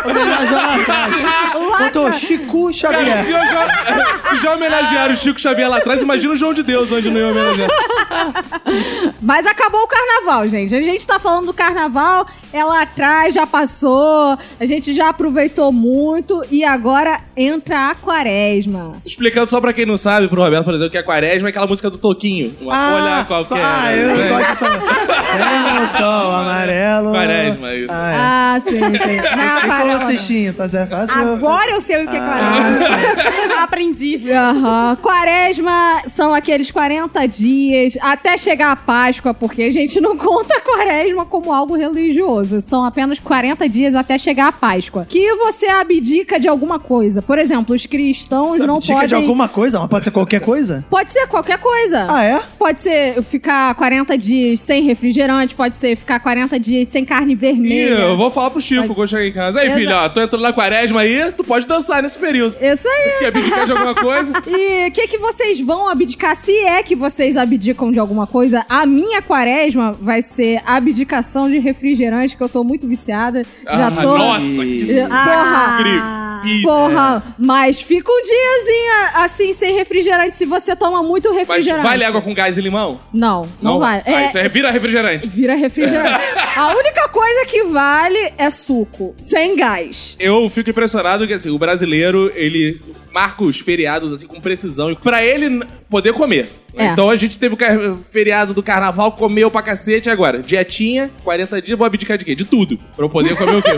Homenageou lá atrás. Botou Chico
Cara,
Xavier.
se, eu já, se já homenagearam o Chico Xavier lá atrás, imagina o João de Deus onde não ia homenagear.
Mas acabou o carnaval, gente. A gente tá falando do carnaval, é lá atrás, já passou, a gente já aproveitou muito e agora entra a quaresma.
Explicando só pra quem não sabe, pro Roberto, por exemplo, que a quaresma é aquela música do Toquinho. Uma folha qualquer.
Ah, eu
né?
gosto dessa Vem o sol amarelo.
Quaresma, isso.
Ah,
Ah, sim, sim. Na
Ficou
quaresma.
assistinho, tá certo? Fácil.
Agora eu sei o que
Ah.
é quaresma. Aprendi.
Aham. Quaresma são aqueles 40 dias até chegar a Páscoa, porque a gente não conta a quaresma como algo religioso. São apenas 40 dias até chegar a Páscoa. Que você abdica de alguma coisa. Por exemplo, os cristãos
Sabe,
não
dica
podem.
de alguma coisa, mas pode ser qualquer coisa?
Pode ser qualquer coisa.
Ah, é?
Pode ser ficar 40 dias sem refrigerante, pode ser ficar 40 dias sem carne
Ih,
vermelha.
eu vou falar pro Chico quando chegar em casa. Aí,
Exato.
filho, ó, tô entrando na quaresma aí, tu pode dançar nesse período.
Isso aí.
Que abdicar de alguma coisa.
E o que, que vocês vão abdicar? Se é que vocês abdicam de alguma coisa, a minha quaresma vai ser abdicação de refrigerante, que eu tô muito viciada.
Ah,
já tô. Ah,
nossa, né? que
Ah,
Porra!
sacrifício.
Porra, mas fica um diazinho assim sem refrigerante se você toma muito
Mas
refrigerante.
vale água com gás e limão?
Não, não, vai. É,
Ah, isso aí vira refrigerante.
Vira refrigerante. a única coisa que vale é suco, sem gás.
Eu fico impressionado que assim, o brasileiro, ele marca os feriados assim com precisão. E pra ele n- poder comer.
É.
Então a gente teve o car- feriado do carnaval, comeu pra cacete agora. Dietinha, 40 dias, vou abdicar de quê? De tudo. Pra eu poder comer o quê?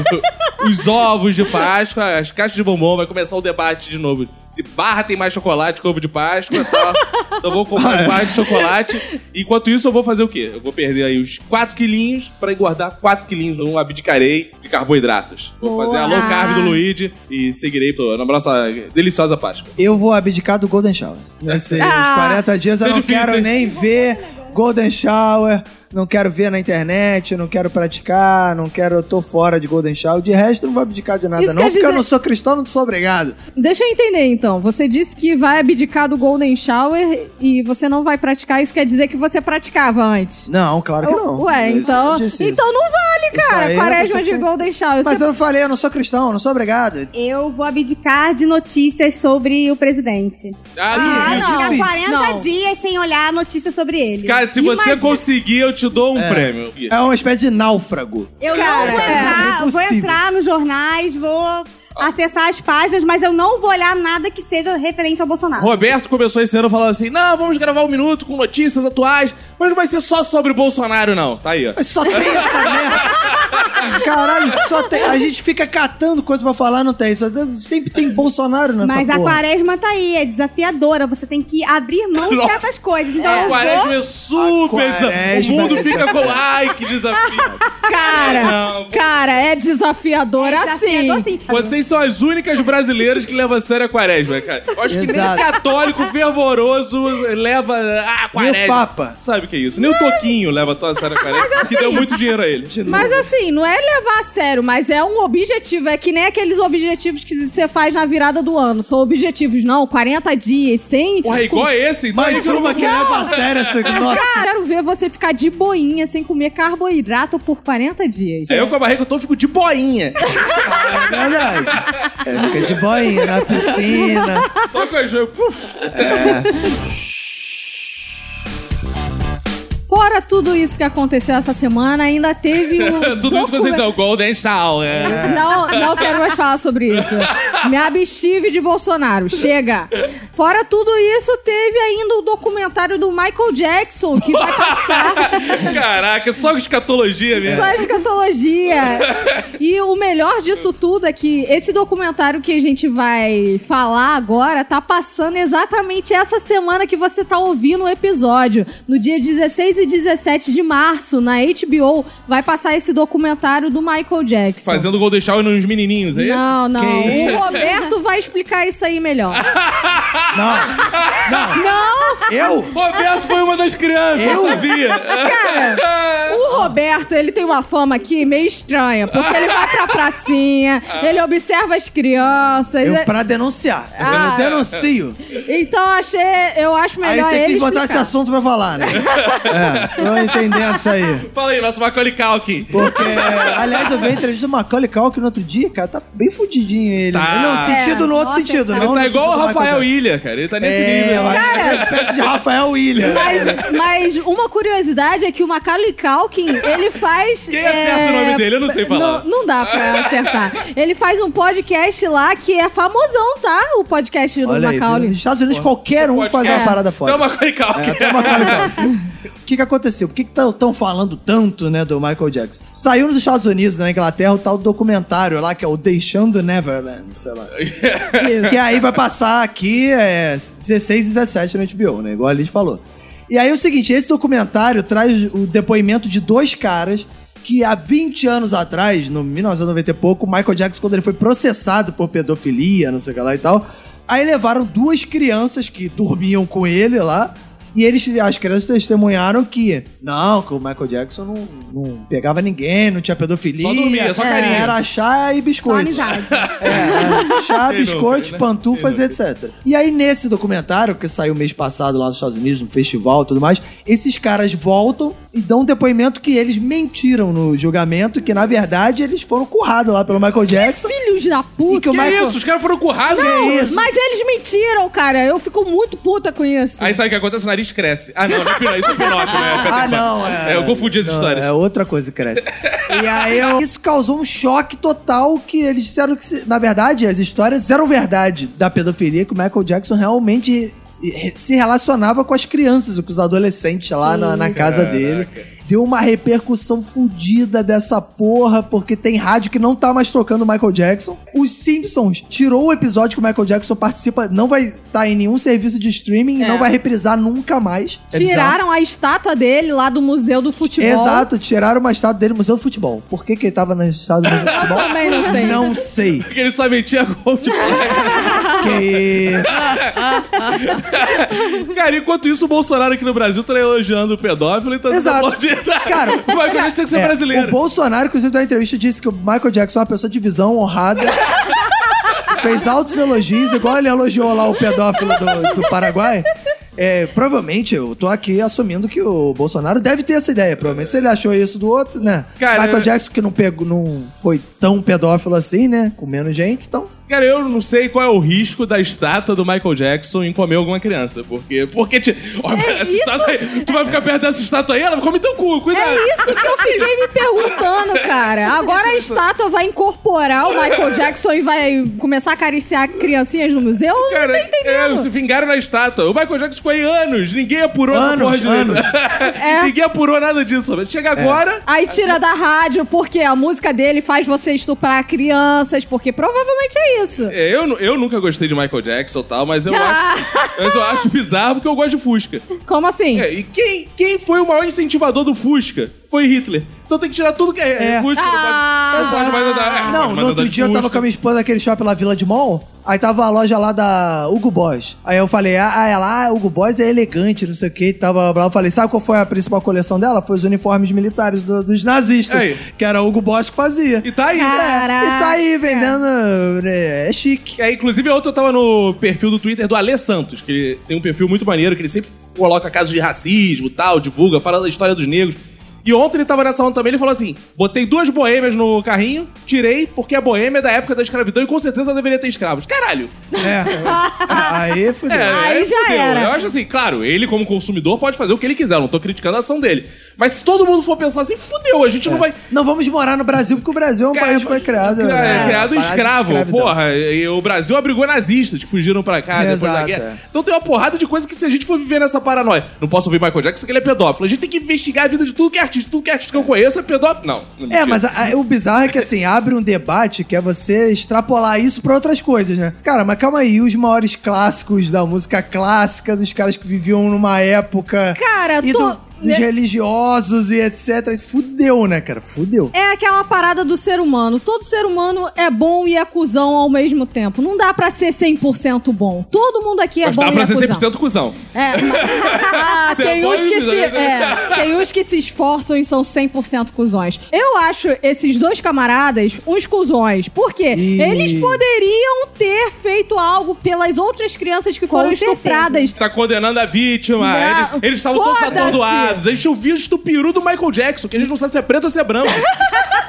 Os ovos de Páscoa, as caixas de bombom, vai começar o debate de novo. Se barra tem mais chocolate que ovo de Páscoa e tal. Então eu vou comprar barra de chocolate. Enquanto isso, eu vou fazer o quê? Eu vou perder aí os 4 quilinhos pra engordar 4 quilinhos. Não abdicarei de carboidratos. Vou
Boa.
fazer a low carb do Luigi e seguirei pô, na nossa deliciosa Páscoa.
Eu vou abdicar do Golden Shower. Nesses
Ah.
40 dias eu
Isso é
não
difícil,
quero
hein?
nem ver Golden Shower, não quero ver na internet, não quero praticar, não quero, eu tô fora de Golden Shower. De resto, eu não vou abdicar de nada,
Isso
não,
quer
porque eu
dizer-
não sou cristão, não sou obrigado.
Deixa eu entender então. Você disse que vai abdicar do Golden Shower e você não vai praticar. Isso quer dizer que você praticava antes?
Não, claro que não.
Ué,
Eu
então.
disse isso. é
Então não vale aí, cara.
aí é
Quaresma
você
de
que-
Golden Shower.
Mas
Você-
eu falei, eu não sou cristão, eu não sou obrigado.
Eu vou abdicar de notícias sobre o presidente.
Ah,
Vou ficar
não.
40
Não.
dias sem olhar notícias sobre ele.
Cara, se você
Imagina-
conseguir, eu te dou um prêmio.
É uma espécie de náufrago.
Eu
Cara,
não vou entrar,
é
vou
impossível.
entrar nos jornais, vou acessar as páginas, mas eu não vou olhar nada que seja referente ao Bolsonaro.
Roberto começou esse ano falando assim: não, vamos gravar um minuto com notícias atuais, mas não vai ser só sobre o Bolsonaro, não. Tá aí, ó.
Mas só tem essa merda. Caralho, só tem. A gente fica catando coisa pra falar, não tem. Só tem- sempre tem Bolsonaro nessa
Mas a
porra.
quaresma tá aí, é desafiadora. Você tem que abrir mão de
Nossa.
certas coisas. Então
A
eu
quaresma
vou...
é super
A
desafio. O
quaresma-
mundo fica com. Ai, que desafio.
Cara,
Não.
cara, é desafiador assim.
Desafiador, sim.
Vocês são as únicas brasileiras que levam a sério a quaresma, cara. Eu acho que
Exato.
nem católico fervoroso leva ah, a quaresma.
Nem o Papa.
Sabe o que é isso? Nem o Toquinho leva tão a sério a quaresma, que deu muito dinheiro a ele.
Mas assim, não é levar a sério, mas é um objetivo. É que nem aqueles objetivos que você faz na virada do ano. São objetivos, não, 40 dias, sem.
Porra, igual a esse, então
Mais
é
uma que leva a sério essa. Nossa.
Cara, quero ver você ficar de boinha sem comer carboidrato por 40 dias.
Aí eu com a barriga eu tô, fico de boinha.
É verdade. É, fica de boinha na piscina.
Só que eu jogo. puf.
Fora tudo isso que aconteceu essa semana, ainda teve um.
Tudo isso que vocês
document-
dizem, o Golden Shower. É.
Não, não quero mais falar sobre isso. Me abstive de Bolsonaro. Chega. Fora tudo isso, teve ainda o documentário do Michael Jackson, que vai passar
Caraca, só escatologia mesmo.
só escatologia. E o melhor disso tudo é que esse documentário que a gente vai falar agora tá passando exatamente essa semana que você tá ouvindo o episódio. No dia 16 e 17 de março, na HBO, vai passar esse documentário do Michael Jackson.
Fazendo Golden Shower nos menininhos, é isso?
Não, não.
um Que
O Roberto vai explicar isso aí melhor.
Eu?
Roberto foi uma das crianças, eu,
Eu?
sabia.
Cara, o Roberto, ele tem uma fama aqui meio estranha, porque ele vai pra pracinha, ele observa as crianças.
Ah. Eu
é-
pra denunciar.
Ah.
Eu denuncio.
Então eu achei, eu acho
Aí
melhor
você
ele
quis botar
explicar.
esse assunto pra falar, né? É, tô entendendo isso aí.
Fala aí, nosso Macaulay Culkin.
Porque, aliás, eu vi a entrevista do Macaulay Culkin no outro dia, cara, tá bem fudidinho ele.
Tá.
Não, sentido
É,
no outro
nossa,
sentido,
ele
Ele tá
não. no
igual
sentido
o
do
Rafael
Michael
Ilha, cara. Ele tá nesse
É,
nível.
eu acho que é uma espécie de Rafael William.
Mas, mas uma curiosidade é que o Macaulay Culkin, ele faz... é,
Quem acerta o nome dele? Eu não sei falar.
Não, não dá pra acertar. Ele faz um podcast lá que é famosão, tá? O podcast do
Olha aí, viu?
Macaulay. é.
nos Estados Unidos qualquer um faz uma parada
Então,
foda. É,
Macaulay Culkin.
Até o Macaulay Culkin. O que, que aconteceu? Por que estão falando tanto, né, do Michael Jackson? Saiu nos Estados Unidos, na Inglaterra, o tal documentário lá, que é o Deixando Neverland, sei lá.
Isso.
Que aí vai passar aqui é, 16 e 17 na HBO, né? Igual a Liz falou. E aí é o seguinte, esse documentário traz o depoimento de dois caras que há 20 anos atrás, no 1990 e pouco, o Michael Jackson, quando ele foi processado por pedofilia, não sei o que lá e tal, aí levaram duas crianças que dormiam com ele lá, e eles, as crianças testemunharam que, não, que o Michael Jackson não, não pegava ninguém, não tinha pedofilia. é,
Só dormia, só carinha.
Era chá e biscoito.
Só amizade.
É, é, chá,
Quem
biscoites,
nunca, né?
pantufas,
Quem
etc. E aí, nesse documentário, que saiu mês passado lá nos Estados Unidos, no festival e tudo mais, esses caras voltam e dão um depoimento que eles mentiram no julgamento, que na verdade eles foram currados lá pelo Michael Jackson.
Filhos da
E
puta.
que o
Que
Michael...
isso? Os caras foram currados.
Que isso?
Mas eles mentiram, cara. Eu fico muito puta com isso.
Aí sabe o que acontece? O nariz cresce. Ah, não, não é pinóquio, isso é pinóquio, né? É Peter
Ah,
Pan.
não, é.
É, eu confundi as
Não,
histórias.
É outra coisa que cresce. e aí, eu- isso causou um choque total que eles disseram que, se- na verdade, as histórias eram verdade da pedofilia, que o Michael Jackson realmente re- se relacionava com as crianças, com os adolescentes lá na, na casa dele. Deu uma repercussão fodida dessa porra, porque tem rádio que não tá mais tocando o Michael Jackson. Os Simpsons tirou o episódio que o Michael Jackson participa, não vai estar em nenhum serviço de streaming,
É.
não vai reprisar nunca mais. É bizarro.
Tiraram a estátua dele lá do Museu do Futebol.
Exato, tiraram uma estátua dele no Museu do Futebol. Por que, que ele tava na estátua do Museu do Futebol?
Também não sei.
Não sei.
Porque ele só metia gol de
Que...
Cara, enquanto isso, o Bolsonaro aqui no Brasil tá elogiando o pedófilo e tá
Exato.
aplaudindo.
Cara,
o Michael Jackson tem que ser
É, O
brasileiro.
Bolsonaro, inclusive, na entrevista, disse que o Michael Jackson é uma pessoa de visão honrada. Fez altos elogios, igual ele elogiou lá o pedófilo do, do Paraguai. é, provavelmente, eu tô aqui assumindo que o Bolsonaro deve ter essa ideia. Provavelmente se ele achou isso do outro, né?
Cara,
Michael
eu-
Jackson, que não, pegou, não foi tão pedófilo assim, né? Com menos gente, então...
Cara, eu não sei qual é o risco da estátua do Michael Jackson em comer alguma criança. Porque. Porque. Te, ó, essa estátua aí, tu vai ficar perto dessa estátua aí, ela come teu cu, cuidado.
É isso que eu fiquei me perguntando, cara.
Tipo,
Agora a estátua vai incorporar o Michael Jackson e vai começar a acariciar criancinhas no museu? Eu
Cara,
não tô entendendo.
é, se vingaram na estátua. O Michael Jackson ficou aí anos. Ninguém apurou essa
Anos,
porra de
anos.
É.
É.
Ninguém apurou nada disso. Chega agora.
Aí tira da rádio, porque a música dele faz você estuprar crianças, porque provavelmente é isso.
É, Eu, nu- eu nunca gostei de Michael Jackson e tal, mas eu,
Ah.
acho, eu só acho bizarro porque eu gosto de Fusca.
Como assim?
É, e quem, quem foi o maior incentivador do Fusca? Foi Hitler. Então tem que tirar tudo que é,
É.
Fusca.
Ah.
não pode, não pode mais andar. é,
Não,
pode mais
no
andar
outro
de
dia eu
Fusca.
tava com a minha esposa naquele shopping lá, Vila de Mall. Aí tava a loja lá da Hugo Boss. Aí eu falei, ah, ela, ah, Hugo Boss é elegante, não sei o que, tava blá, blá. Eu falei, sabe qual foi a principal coleção dela? Foi os uniformes militares do- dos nazistas,
Aí.
que era o Hugo Boss que fazia.
E tá aí.
É, e tá aí vendendo. É, é chique.
É, inclusive, ontem eu tava no perfil do Twitter do Ale Santos, que ele tem um perfil muito maneiro, que ele sempre coloca casos de racismo e tal, divulga, fala da história dos negros. E ontem ele tava nessa onda também, ele falou assim: botei duas boêmias no carrinho, tirei, porque a boêmia é da época da escravidão e com certeza deveria ter escravos. Caralho!
É. aí fudeu.
É,
Aí já
fudeu.
era.
Eu acho assim, claro, ele como consumidor pode fazer o que ele quiser, eu não tô criticando a ação dele. Mas se todo mundo for pensar assim, fudeu, a gente
É.
não vai.
Não vamos morar no Brasil, porque o Brasil é um
Cara,
país que foi criado.
É,
né,
criado
parada de
escravo,
escravidão.
porra. E o Brasil abrigou nazistas que fugiram pra cá depois da
Exato,
guerra.
é.
Então tem uma porrada de coisa que se a gente for viver nessa paranoia, não posso ouvir Michael Jackson que ele é pedófilo. A gente tem que investigar a vida de tudo que é artista. Tudo que é artista que eu conheço é pedófilo. Não.
É,
mentira.
mas a- a- o bizarro é que assim, abre um debate que é você extrapolar isso pra outras coisas, né? Cara, mas calma aí, e os maiores clássicos da música clássica, dos caras que viviam numa época.
Cara,
e
tô-
do- dos
né?
religiosos e etc. Fudeu, né, cara? Fudeu.
É aquela parada do ser humano. Todo ser humano é bom e é cuzão ao mesmo tempo. Não dá pra ser 100% bom. Todo mundo aqui é
Mas
bom
dá pra
e
ser
é cuzão.
100% cuzão.
É, mas- ah,
Você
tem,
pode
uns que
me
se,
dizer.
é, tem uns que se esforçam e são 100% cuzões. Eu acho esses dois camaradas uns cuzões. Por quê?
Ih.
Eles poderiam ter feito algo pelas outras crianças que
Com
foram
certeza.
estupradas.
Tá condenando a vítima.
Não,
Eles- eles estavam todos
foda-se.
atordoados. A gente ouviu o estupiru do Michael Jackson, que a gente não sabe se é preto ou se é branco.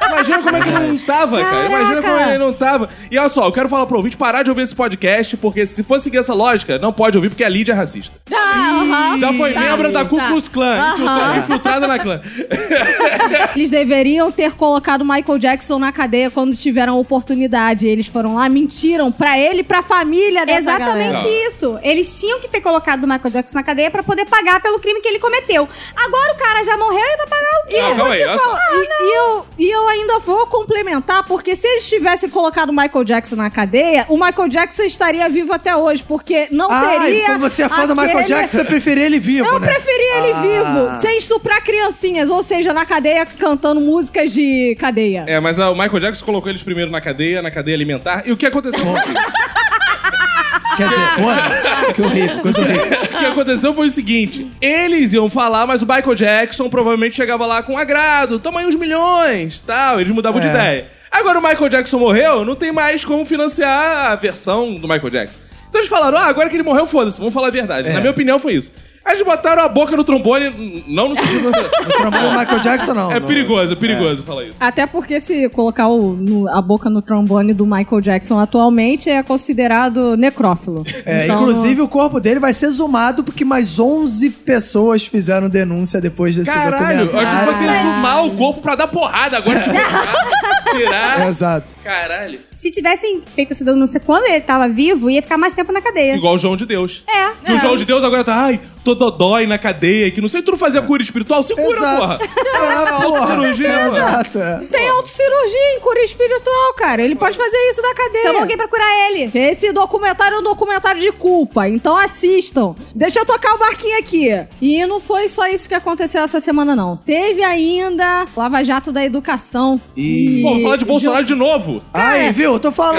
Imagina como é que ele não tava, cara. Imagina como é
Caraca.
ele não tava. E olha só, eu quero falar pro ouvinte parar de ouvir esse podcast, porque se for seguir essa lógica, não pode ouvir, porque a Lídia é racista.
Ah, aham.
Já foi
Tá,
membro da
tá.
Ku Klux Klan, infiltra-
Aham.
infiltrada na clã.
Eles deveriam ter colocado Michael Jackson na cadeia quando tiveram a oportunidade. Eles foram lá, mentiram pra ele e pra família dessa
Exatamente
galera.
isso. Eles tinham que ter colocado o Michael Jackson na cadeia pra poder pagar pelo crime que ele cometeu. Agora o cara já morreu e vai pagar o quê?
Não,
Eu
calma
vou
aí,
te
olha
falar, e, e eu, e eu ainda vou complementar, porque se eles tivessem colocado o Michael Jackson na cadeia, o Michael Jackson estaria vivo até hoje, porque não
Ah, e
teria.
como você é fã do Michael
aquele-
Jackson, você preferia ele vivo,
Eu
né?
preferia ele
Ah.
vivo, sem estuprar criancinhas, ou seja, na cadeia cantando músicas de cadeia.
É, mas ah, o Michael Jackson colocou eles primeiro na cadeia, na cadeia alimentar. E o que aconteceu?
Quer dizer, né? porra, que horrível, coisa horrível.
O que aconteceu foi o seguinte: eles iam falar, mas o Michael Jackson provavelmente chegava lá com agrado, toma aí uns milhões, tal. Eles mudavam de
É.
ideia. Agora o Michael Jackson morreu, não tem mais como financiar a versão do Michael Jackson. Então eles falaram: ah, agora que ele morreu, foda-se, vamos falar a verdade.
É.
Na minha opinião, foi isso. Aí eles botaram a boca no trombone, n- não no sentido.
O trabalho do Michael Jackson, não.
é
não.
perigoso, é perigoso falar isso.
Até porque se colocar o- no- a boca no trombone do Michael Jackson atualmente é considerado necrófilo.
É,
Então,
inclusive o corpo dele vai ser zoomado porque mais 11 pessoas fizeram denúncia depois desse
Caralho, eu
documentário.
achei que fosse exumar o corpo pra dar porrada agora, tipo, tirar.
Exato.
Caralho.
Se tivessem feito essa denúncia quando ele tava vivo, ia ficar mais tempo na cadeia.
Igual o João de Deus.
É.
E o João de Deus agora tá, ai, tô dodói na cadeia, que não sei, tu não fazia cura espiritual? Se cura, porra!
Exato. É, porra.
Cirurgia,
Exato, é.
Tem autocirurgia em cura espiritual, cara. Ele pode fazer isso na cadeia.
Chama alguém pra curar ele.
Esse documentário é um documentário de culpa, então assistam. Deixa eu tocar o barquinho aqui. E não foi só isso que aconteceu essa semana, não. Teve ainda Lava Jato da Educação.
Ih.
E-
Pô, vou falar de Bolsonaro de novo.
Aí, viu? Eu tô falando.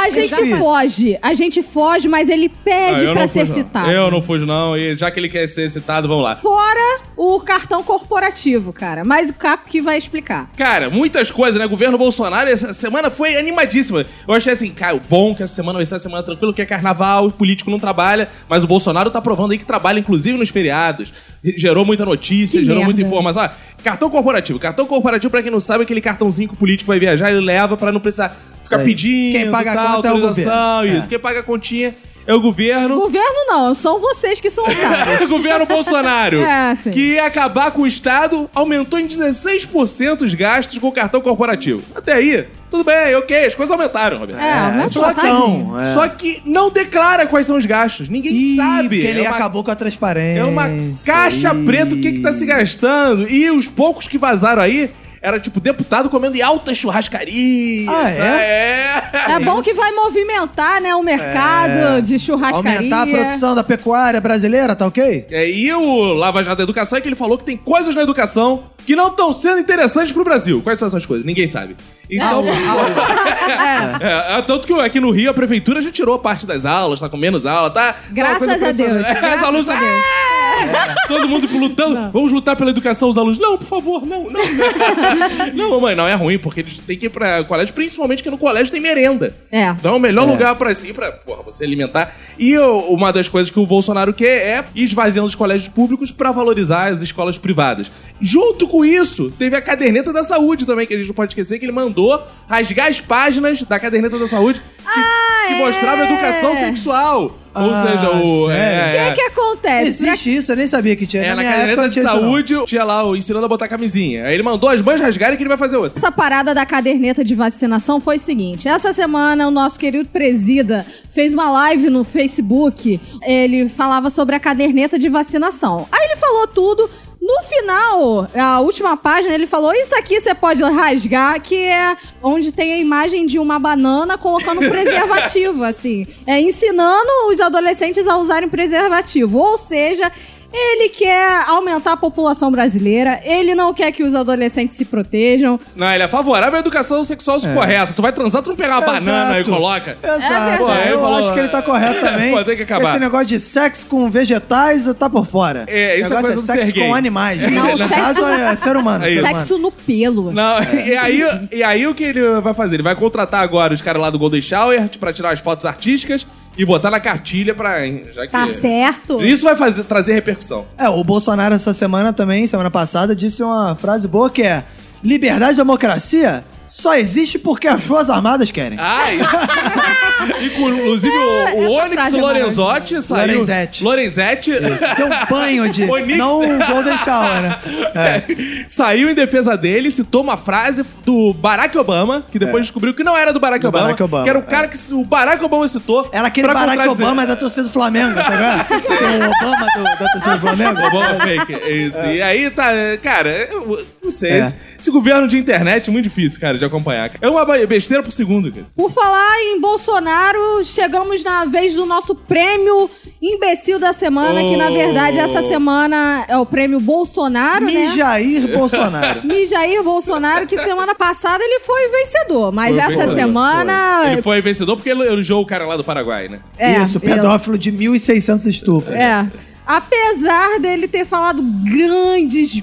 A gente
difícil.
foge, a gente foge, mas ele pede
Ah, eu
É, pra
não
ser
fujo, não.
citado.
Eu não fujo, não. E já que ele quer ser citado, vamos lá.
Fora o cartão corporativo, cara. Mas o Capo que vai explicar.
Cara, muitas coisas, né? Governo Bolsonaro, essa semana foi animadíssima. Eu achei assim, cara, bom que essa semana vai ser uma semana tranquila, que é carnaval, o político não trabalha, mas o Bolsonaro tá provando aí que trabalha, inclusive nos feriados. Gerou muita notícia,
Que
gerou
merda.
muita informação. Ah, cartão corporativo. Cartão corporativo, pra quem não sabe, é aquele cartãozinho que o político vai viajar, ele leva pra não precisar ficar
aí.
pedindo.
Quem paga a
tal,
conta é o
autorização,
governo.
Isso.
É.
Quem paga a continha é o governo.
Governo não, são vocês que são otários.
O governo Bolsonaro,
É, sim.
que ia acabar com o Estado, aumentou em 16% os gastos com o cartão corporativo. Até aí, tudo bem, ok, as coisas aumentaram, Roberto.
É, aumentou,
inflação, tadinho. é.
Só que não declara quais são os gastos, ninguém sabe.
Porque ele
É uma-
acabou com a transparência.
É uma caixa
Ih.
preta o que que tá se gastando. E os poucos que vazaram aí, era tipo deputado comendo em alta churrascaria.
Ah,
é?
É bom que vai movimentar, né, o mercado de churrascaria.
É. Aumentar a produção da pecuária brasileira, tá ok?
É, e o Lava Jato da Educação é que ele falou que tem coisas na educação que não estão sendo interessantes pro Brasil. Quais são essas coisas? Ninguém sabe. Então,
ah,
É, é, tanto que aqui no Rio a prefeitura já tirou parte das aulas, tá com menos aula, tá? Tá uma
Graças
coisa
a Deus,
impressionante.
graças
Os alunos
a
"Ah!" Todo mundo lutando. Vamos lutar pela educação, os alunos. Não, por favor, não, não, não. não, mamãe, não é ruim, porque eles têm que ir pra colégio, principalmente que no colégio tem merenda.
É.
Então, o melhor lugar pra se ir pra porra, você alimentar. E ô, uma das coisas que o Bolsonaro quer é ir esvaziando os colégios públicos pra valorizar as escolas privadas. Junto com isso, teve a caderneta da saúde também, que a gente não pode esquecer, que ele mandou rasgar as páginas da caderneta da saúde que, que mostrava educação sexual. Ou
Ah,
seja, o.
sério?
O é que, que acontece? Pra-
Existe isso, eu nem sabia que tinha.
É, na
minha época
caderneta
não
de
tinha isso, não.
saúde, tinha lá o ensinando a botar camisinha. Aí ele mandou as mães rasgarem que ele vai fazer outra.
Essa parada da caderneta de vacinação foi o seguinte: essa semana o nosso querido presida fez uma live no Facebook. Ele falava sobre a caderneta de vacinação. Aí ele falou tudo. No final, a última página, ele falou: Isso aqui você pode rasgar, que é onde tem a imagem de uma banana colocando preservativo, assim. É ensinando os adolescentes a usarem preservativo. Ou seja, ele quer aumentar a população brasileira, ele não quer que os adolescentes se protejam.
Não, ele é favorável à educação sexual correta. Tu vai transar, tu não pega uma banana e
É. Exato.
coloca.
É
Exato.
Pô, aí
eu
falou,
acho que ele tá correto também.
Pô, tem que acabar.
Esse negócio de sexo com vegetais tá por fora.
É, isso
O
é
negócio
coisa do
sexo
ser gay.
com animais.
Não,
no
sexo-
caso é ser humano.
É
ser
isso.
humano.
Sexo no pelo.
Não, e, aí, e aí o que ele vai fazer? Ele vai contratar agora os caras lá do Golden Shower pra tirar as fotos artísticas e botar na cartilha pra. Já que...
Tá certo?
Isso vai fazer, trazer repercussão.
É, o Bolsonaro essa semana também, semana passada, disse uma frase boa que é liberdade e democracia só existe porque as Forças Armadas querem.
Ah,
Ai! Inclusive, o, o
essa
Onyx
frase é
Lorenzotti saiu.
Lorenzetti.
Lorenzetti.
Tem um banho de...
Onix.
Não um golden shower, né?
É. Saiu em defesa dele, citou uma frase do Barack Obama, que depois descobriu que não era do Barack,
É. Do
Obama,
Barack Obama,
Que era o
é.
cara que o Barack Obama citou.
Era aquele
pra
Barack
contradizer.
Obama da torcida do Flamengo, sabe? qual é? Tem o Obama do- da torcida do Flamengo.
Obama fake, é isso. E aí tá, cara, eu não sei.
É.
Esse, esse governo de internet é muito difícil, cara, de acompanhar. É uma ba- besteira por segundo, cara.
Por falar em Bolsonaro, chegamos na vez do nosso prêmio imbecil da semana, que na
Oh.
verdade essa semana é o prêmio Bolsonaro, né?
Mijair Bolsonaro.
Mi Jair Bolsonaro, que semana passada ele foi vencedor, mas
Foi
essa
vencedor,
semana.
Ele foi vencedor porque ele elogiou o cara lá do Paraguai, né?
É,
Isso,
ele-
pedófilo de 1.600 estupros.
É. Apesar dele ter falado grandes,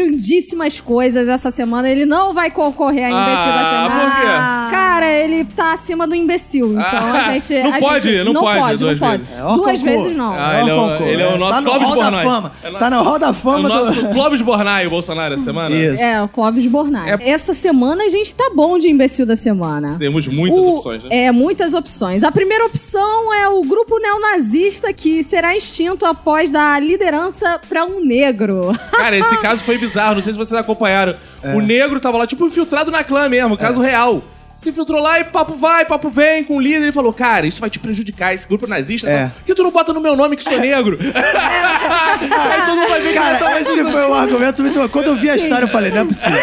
grandíssimas coisas essa semana, ele não vai concorrer a imbecil da
Ah,
semana.
por quê?
Cara, ele tá acima do imbecil. Então
Ah,
a gente.
não
a
pode,
gente-
não pode duas
não
vezes.
pode.
É, ó,
duas
concurso.
vezes não.
Ah, ele é o- ele é o nosso
tá no
Clóvis
hall da
Bornai.
fama.
É no-
Tá no hall da
O
fama
nosso
do...
Clóvis Bornai, o Bolsonaro, essa semana.
Isso.
É, o Clóvis Bornai.
É
Essa semana a gente tá bom de imbecil da semana.
Temos muitas
O-
opções, né?
É, muitas opções. A primeira opção é o grupo neonazista que será extinto após dar liderança pra um negro.
Cara, esse caso foi bizarro, não sei se vocês acompanharam. O negro tava lá, tipo, infiltrado na clã mesmo, caso real. Se infiltrou lá e papo vai, papo vem com o líder. Ele falou, cara, isso vai te prejudicar, esse grupo nazista.
É.
tá? Por que tu não bota no meu nome que sou negro? Aí todo mundo vai ver que
Cara,
ele
É
tá mais
esse foi um argumento muito bom. Quando eu vi a história, eu falei, não é possível.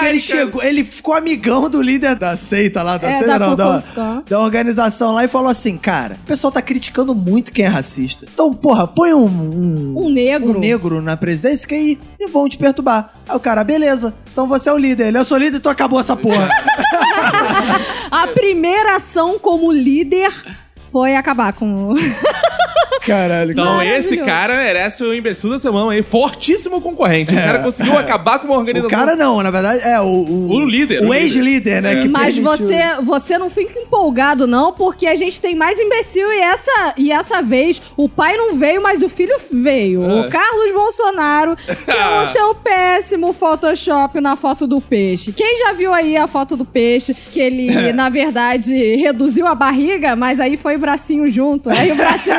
Que ele chegou, ele ficou amigão do líder da seita lá, da
É,
seita
da
não,
Ku
da,
Klux Klan.
da organização lá e falou assim, cara, o pessoal tá criticando muito quem é racista. Então, porra, põe um, um,
Um negro.
um negro na presidência que aí e vão te perturbar. Aí o cara, beleza, então você é o líder. Ele, eu sou líder, então acabou essa porra.
A primeira ação como líder foi acabar com o-
Caralho.
Então, esse cara merece o imbecil da semana aí. Fortíssimo concorrente. O
É.
cara conseguiu acabar com uma
O
organização.
cara não, na verdade, é o... O,
O líder,
O
o líder.
ex-líder, né?
É.
que
Mas
permitiu-
você, você não fica empolgado, não, porque a gente tem mais imbecil e essa, e essa vez o pai não veio, mas o filho veio.
É.
O
Ah.
Carlos Bolsonaro com o seu péssimo Photoshop na foto do peixe. Quem já viu aí a foto do peixe, que ele, na verdade, reduziu a barriga, mas aí foi o bracinho junto. Aí o bracinho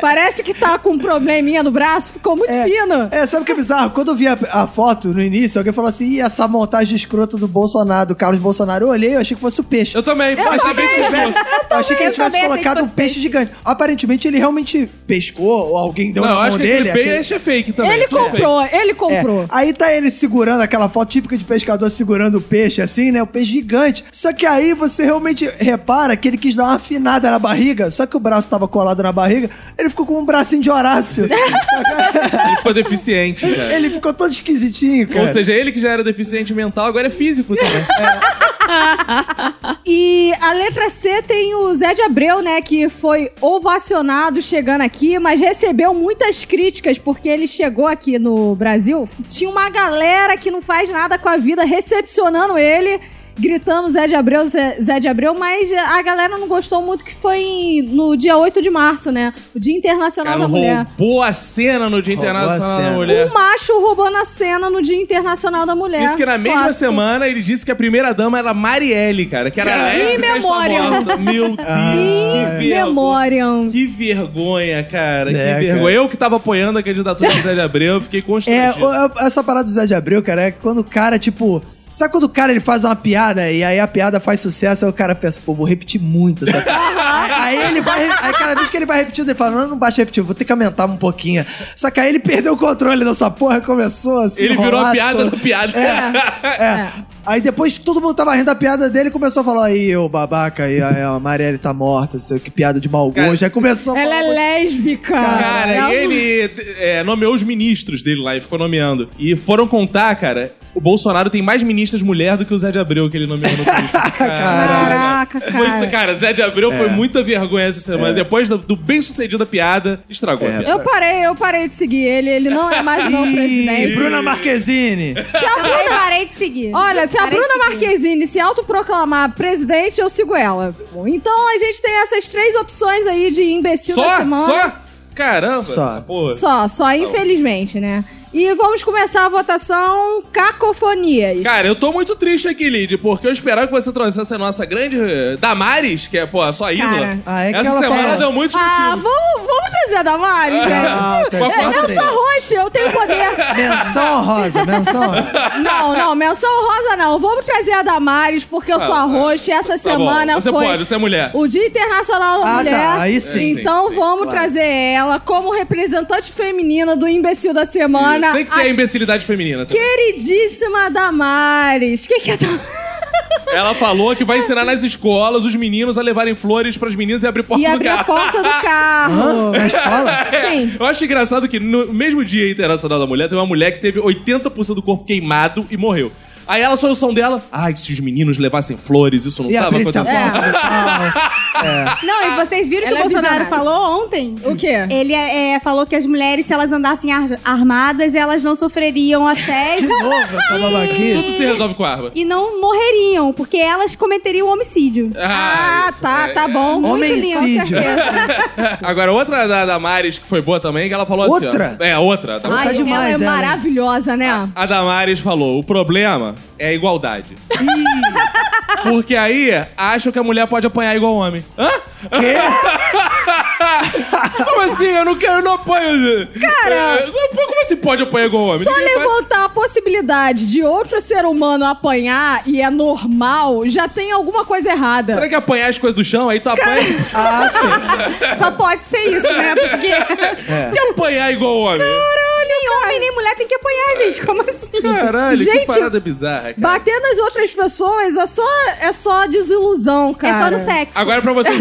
parece que tá com um probleminha no braço, ficou muito fino.
É, sabe o que é bizarro? Quando eu vi a, a foto no início, alguém falou assim: Ih, essa montagem escrota do Bolsonaro, do Carlos Bolsonaro. Eu olhei, eu achei que fosse o peixe.
Eu também,
Eu achei que
bem
ele tivesse, eu achei que ele
eu
tivesse
também achei que
colocado um
fosse
peixe gigante. Aparentemente ele realmente pescou, ou alguém deu
Não,
na
eu
mão
acho que
dele.
aquele bem
aquele-
é fake também.
Ele
Tudo fake.
comprou, ele comprou.
É, Aí tá ele segurando aquela foto típica de pescador segurando o peixe, assim, né? O peixe gigante. Só que aí você realmente repara que ele quis dar uma afinada na barriga, só que o braço tava colado na barriga, ele ficou com um bracinho de Horácio.
Ele ficou deficiente, cara.
ele ficou todo esquisitinho, cara.
É. Ou seja, ele que já era deficiente mental, agora é físico também.
E a letra C tem o Zé de Abreu, né? Que foi ovacionado chegando aqui, mas recebeu muitas críticas porque ele chegou aqui no Brasil. Tinha uma galera que não faz nada com a vida recepcionando ele. Gritando Zé de Abreu, Zé, Zé de Abreu, mas a galera não gostou muito que foi em- no dia 8 de março, né? O Dia Internacional
cara um
da Mulher.
roubou a cena no Dia
Roubou a
Internacional da
cena.
Mulher.
Um macho roubou na cena no Dia Internacional da Mulher.
Isso que na mesma
Clássico.
semana ele disse que a primeira dama era Marielle, cara, Ah, que era
Cara,
lésbica
in
e está
memoriam.
morta. Meu Deus, que vergonha.
Memoriam.
Que vergonha, cara,
É,
que vergonha.
cara.
Eu que tava apoiando a candidatura do Zé de Abreu, eu fiquei
É,
constrangido.
o- é- essa parada do Zé de Abreu, cara, é quando o cara, tipo. Sabe quando o cara ele faz uma piada e aí a piada faz sucesso, aí o cara pensa, pô, vou repetir muito essa piada. aí ele vai. Aí cada vez que ele vai repetindo, ele fala, não, não basta repetir, vou ter que aumentar um pouquinho. Só que aí ele perdeu o controle dessa porra, começou assim.
Ele virou a piada da piada.
É. Aí depois que todo mundo tava rindo da piada dele, começou a falar, aí, ô babaca, aí, aí, ó, a Marielle tá morta, sei o que piada de mau
Cara,
gosto. Aí começou a
Ela é
falar um
lésbica. É
Cara,
Ela-
e ele é, nomeou os ministros dele lá e ficou nomeando. E foram contar, cara, o Bolsonaro tem mais ministras mulher do que o Zé de Abreu que ele nomeou no Twitter.
Caraca,
Foi isso,
cara.
cara, Zé de Abreu
É.
foi muita vergonha essa semana. Depois do, do bem sucedida piada, estragou
É.
a piada.
Eu parei, eu parei de seguir ele. Ele não é mais o novo
Ih,
presidente.
Bruna Marquezine!
Se a
Aí
Bruna-
tá parei de seguir.
Olha, se a
Parei
Bruna
de seguir.
Marquezine se autoproclamar presidente, eu sigo ela. Então a gente tem essas três opções aí de imbecil da
Só?
semana.
Só? Caramba!
Só.
Pô.
Só, só, infelizmente, né? E vamos começar a votação cacofonias.
Cara, eu tô muito triste aqui, Lid, porque eu esperava que você trouxesse a nossa grande eh, Damares, que é, pô, a sua ídola.
Ah, é que
Essa
ela
semana
fala-
deu muitos
ah,
motivos.
vamos, vamos trazer a
é,
Damares, né?
Ah, tá
Mas
certo.
Eu sou roxa, eu tenho poder.
Menção honrosa, menção honrosa.
Não, não, menção rosa não. Vamos trazer a Damares, porque eu sou a roxa e essa
Tá bom,
semana
você
foi
pode, você é mulher.
o Dia Internacional da
Ah,
Mulher.
tá, aí sim.
Então
sim,
vamos
claro.
trazer ela como representante feminina do imbecil da semana.
Tem que ter a imbecilidade feminina. também.
Queridíssima Damares. Que que é Damares?
Ela falou que vai ensinar nas escolas os meninos a levarem flores pras meninas e abrir porta
E
do
abrir a
carro.
porta do carro.
Na escola?
Sim.
Eu acho engraçado que no mesmo dia internacional da mulher, tem uma mulher que teve 80% do corpo queimado e morreu. Aí ela, a solução dela, ai, se os meninos levassem flores, isso não
E
tava
abrisse a
acontecendo. É.
porta do carro.
Não, e vocês viram o que
Ela é
o Bolsonaro
visionária.
falou ontem?
O quê?
Ele é, é, falou que as mulheres, se elas andassem ar- armadas, elas não sofreriam
De
É,
assédio
novo, essa
então, Tudo
babaquinha.
se resolve com a arma.
e não morreriam, porque elas cometeriam homicídio.
Ah,
Ah,
isso.
tá, tá bom. Muito lindo, com
Homicídio.
certeza.
Agora, outra da Damares que foi boa também, que ela falou assim.
Outra?
ó, É, outra. Tá bom?
Ai, ela é
demais, ela, hein?
maravilhosa, né?
A Damares falou: o problema é a igualdade. Porque aí acham que a mulher pode apanhar igual homem. Hã? Quê? Como assim? Eu não quero, eu não apanho. Cara! Como assim pode apanhar igual homem?
Só
Ninguém faz-
levantar a possibilidade de outro ser humano apanhar e é normal, já tem alguma coisa errada.
Será que apanhar as coisas do chão? Aí tu apanha.
Ah, sim.
Só pode ser isso, né? Porque
Por que apanhar igual homem?
nem homem nem mulher tem que apanhar, gente. Como assim?
Caralho, que
Gente,
parada bizarra, cara.
Bater nas outras pessoas é só, é só desilusão, cara.
É só no sexo.
Agora pra vocês.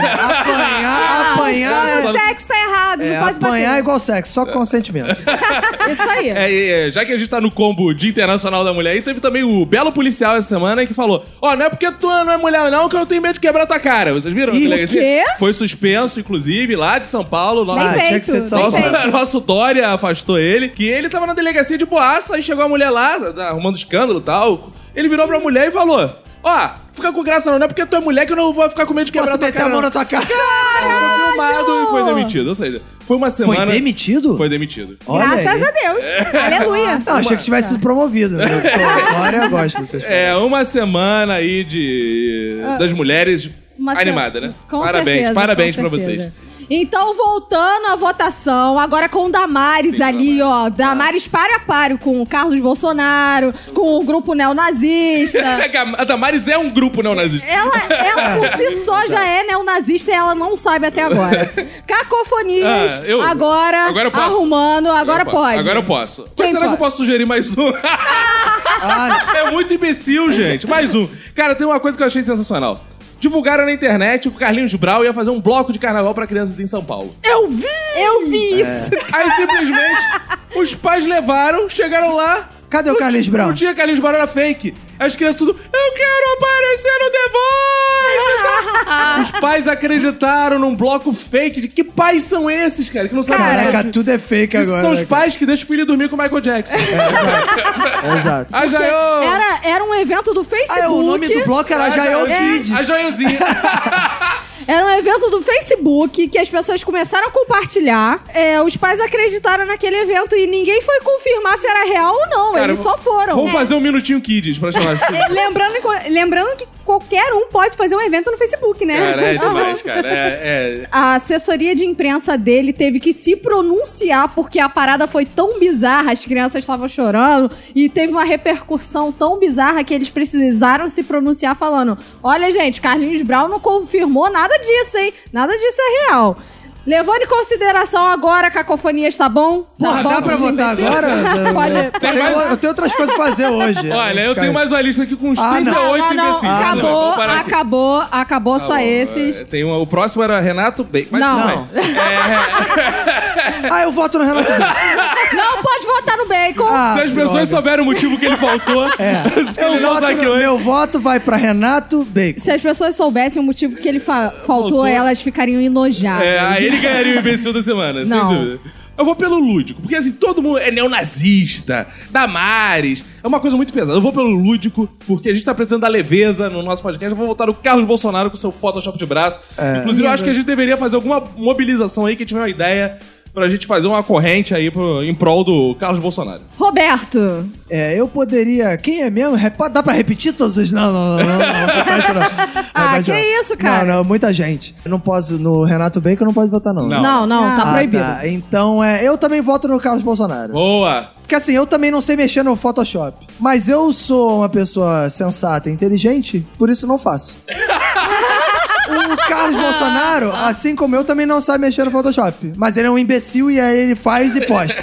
Ah,
Apanhar, apanhar.
Quando
é-
o sexo tá errado,
é,
não pode
apanhar
bater.
igual sexo, só consentimento.
Isso aí.
É, e, já que a gente tá no combo de Internacional da Mulher, aí teve também o belo policial essa semana que falou: Ó, não é porque tu não é mulher, não, que eu tenho medo de quebrar tua cara. Vocês viram?
Ih,
que
o
delegacia?
quê?
Foi suspenso, inclusive, lá de São Paulo. Nosso,
Nem feito,
tinha que ser de São
nem
nosso,
Paulo.
feito.
nosso Dória afastou ele, que ele tava na delegacia de boaça, aí chegou a mulher lá, tá arrumando escândalo e tal. Ele virou pra mulher e falou: Ó, fica com graça não, não é porque tu é mulher que eu não vou ficar com medo de quebrar
Posso
tua
meter
cara.
a mão
não."
na tua cara?
Foi filmado e foi demitido. Ou seja, foi uma
Foi
semana.
demitido?
Foi demitido.
Olha
Graças
aí.
a Deus.
É.
Aleluia.
Não, achei que tivesse sido promovido. Né? Pô, Olha, eu gosto dessas coisas.
É, uma semana aí de. das mulheres
Ah, Uma
animada,
cer-
né?
Com
parabéns,
certeza,
parabéns
com
pra
certeza.
vocês.
Então, voltando à votação, agora com o Damares
Sim,
ali, ó. Damares páreo a páreo com o Carlos Bolsonaro, com o grupo neonazista.
A Damares é um grupo neonazista.
Ela, ela por si só já é neonazista e ela não sabe até agora. Cacofonias,
Ah, eu-
agora,
agora eu posso.
arrumando, agora
Eu posso.
pode.
Agora eu posso.
Quem
Mas será que
pode?
eu posso sugerir mais um? é muito imbecil, gente. Mais um. Cara, tem uma coisa que eu achei sensacional. Divulgaram na internet que o Carlinhos Brau ia fazer um bloco de carnaval pra crianças em São Paulo. É.
Eu vi! Eu vi isso!
Aí simplesmente os pais levaram, chegaram lá.
Cadê o
No
Carlinhos
dia-
Brown?
No dia Carlinhos Brown era fake. As crianças tudo, eu quero aparecer no The Voice! e tal. Os pais acreditaram num bloco fake. De que pais são esses, cara? Que não sabem
Caraca, tudo é fake
Esses
agora.
são
né,
os
cara?
pais que deixam o filho dormir com o Michael Jackson.
É, Exato.
A
Porque
Jaiô!
Era, era um evento do Facebook.
Ah, é, o nome do bloco era Jael Cid.
A Joelzinha.
Era um evento do Facebook que as pessoas começaram a compartilhar. É, os pais acreditaram naquele evento e ninguém foi confirmar se era real ou não.
Cara,
Eles só foram. É.
Vamos fazer um minutinho kids pra chamar.
E Lembrando, que- lembrando que qualquer um pode fazer um evento no Facebook, né?
Cara, é demais, cara. É, é-
A assessoria de imprensa dele teve que se pronunciar porque a parada foi tão bizarra, as crianças estavam chorando e teve uma repercussão tão bizarra que eles precisaram se pronunciar falando: "Olha, gente, Carlinhos Brown não confirmou nada disso, hein? Nada disso é real." Levando em consideração agora a cacofonia está bom? Tá
Porra,
bom,
dá pra
de
votar
imbecil?
agora?
Pode-
Eu tenho- Eu tenho outras coisas pra fazer hoje.
Olha, eu
Cara,
tenho mais uma lista aqui com uns
Ah, não.
38
não, não,
imbecis. né?
acabou,
Vamos parar aqui.
acabou, acabou só
Tá bom,
esses.
é, Tem uma- o próximo era Renato Bacon. Mas
Não.
não.
Não. Ah, eu voto no Renato Bacon.
Não pode votar no bacon.
Ah,
Se as pessoas
droga. É.
souberam o motivo que ele faltou, se ele
Eu
não
voto
tá aqui
no-
hoje.
Meu voto vai pra Renato Bacon.
Se as pessoas soubessem o motivo que ele fa- faltou, elas ficariam enojadas.
É, aí ele ganharia o imbecil da semana,
Não.
sem dúvida. Eu vou pelo lúdico, porque assim, todo mundo é neonazista, Damares, é uma coisa muito pesada. Eu vou pelo lúdico, porque a gente tá precisando da leveza no nosso podcast. Eu vou voltar o Carlos Bolsonaro com seu Photoshop de braço.
É.
Inclusive, eu acho que a gente deveria fazer alguma mobilização aí, que tiver uma ideia, pra gente fazer uma corrente aí pro- em prol do Carlos Bolsonaro.
Roberto,
É, eu poderia. Quem é mesmo? Repo- Dá pra repetir todos os. Não, não, não, não. não, não, repete não.
Ah, que
Repete não.
isso, cara?
Não, não, muita gente. Eu não posso. No Renato Bacon eu não posso votar, não.
Não.
não, não, tá
Ah,
proibido.
tá. Então, é, eu também voto no Carlos Bolsonaro.
Boa!
Porque assim, eu também não sei mexer no Photoshop. Mas eu sou uma pessoa sensata e inteligente, por isso não faço. o Carlos Bolsonaro, assim como eu, também não sabe mexer no Photoshop. Mas ele é um imbecil e aí ele faz e posta.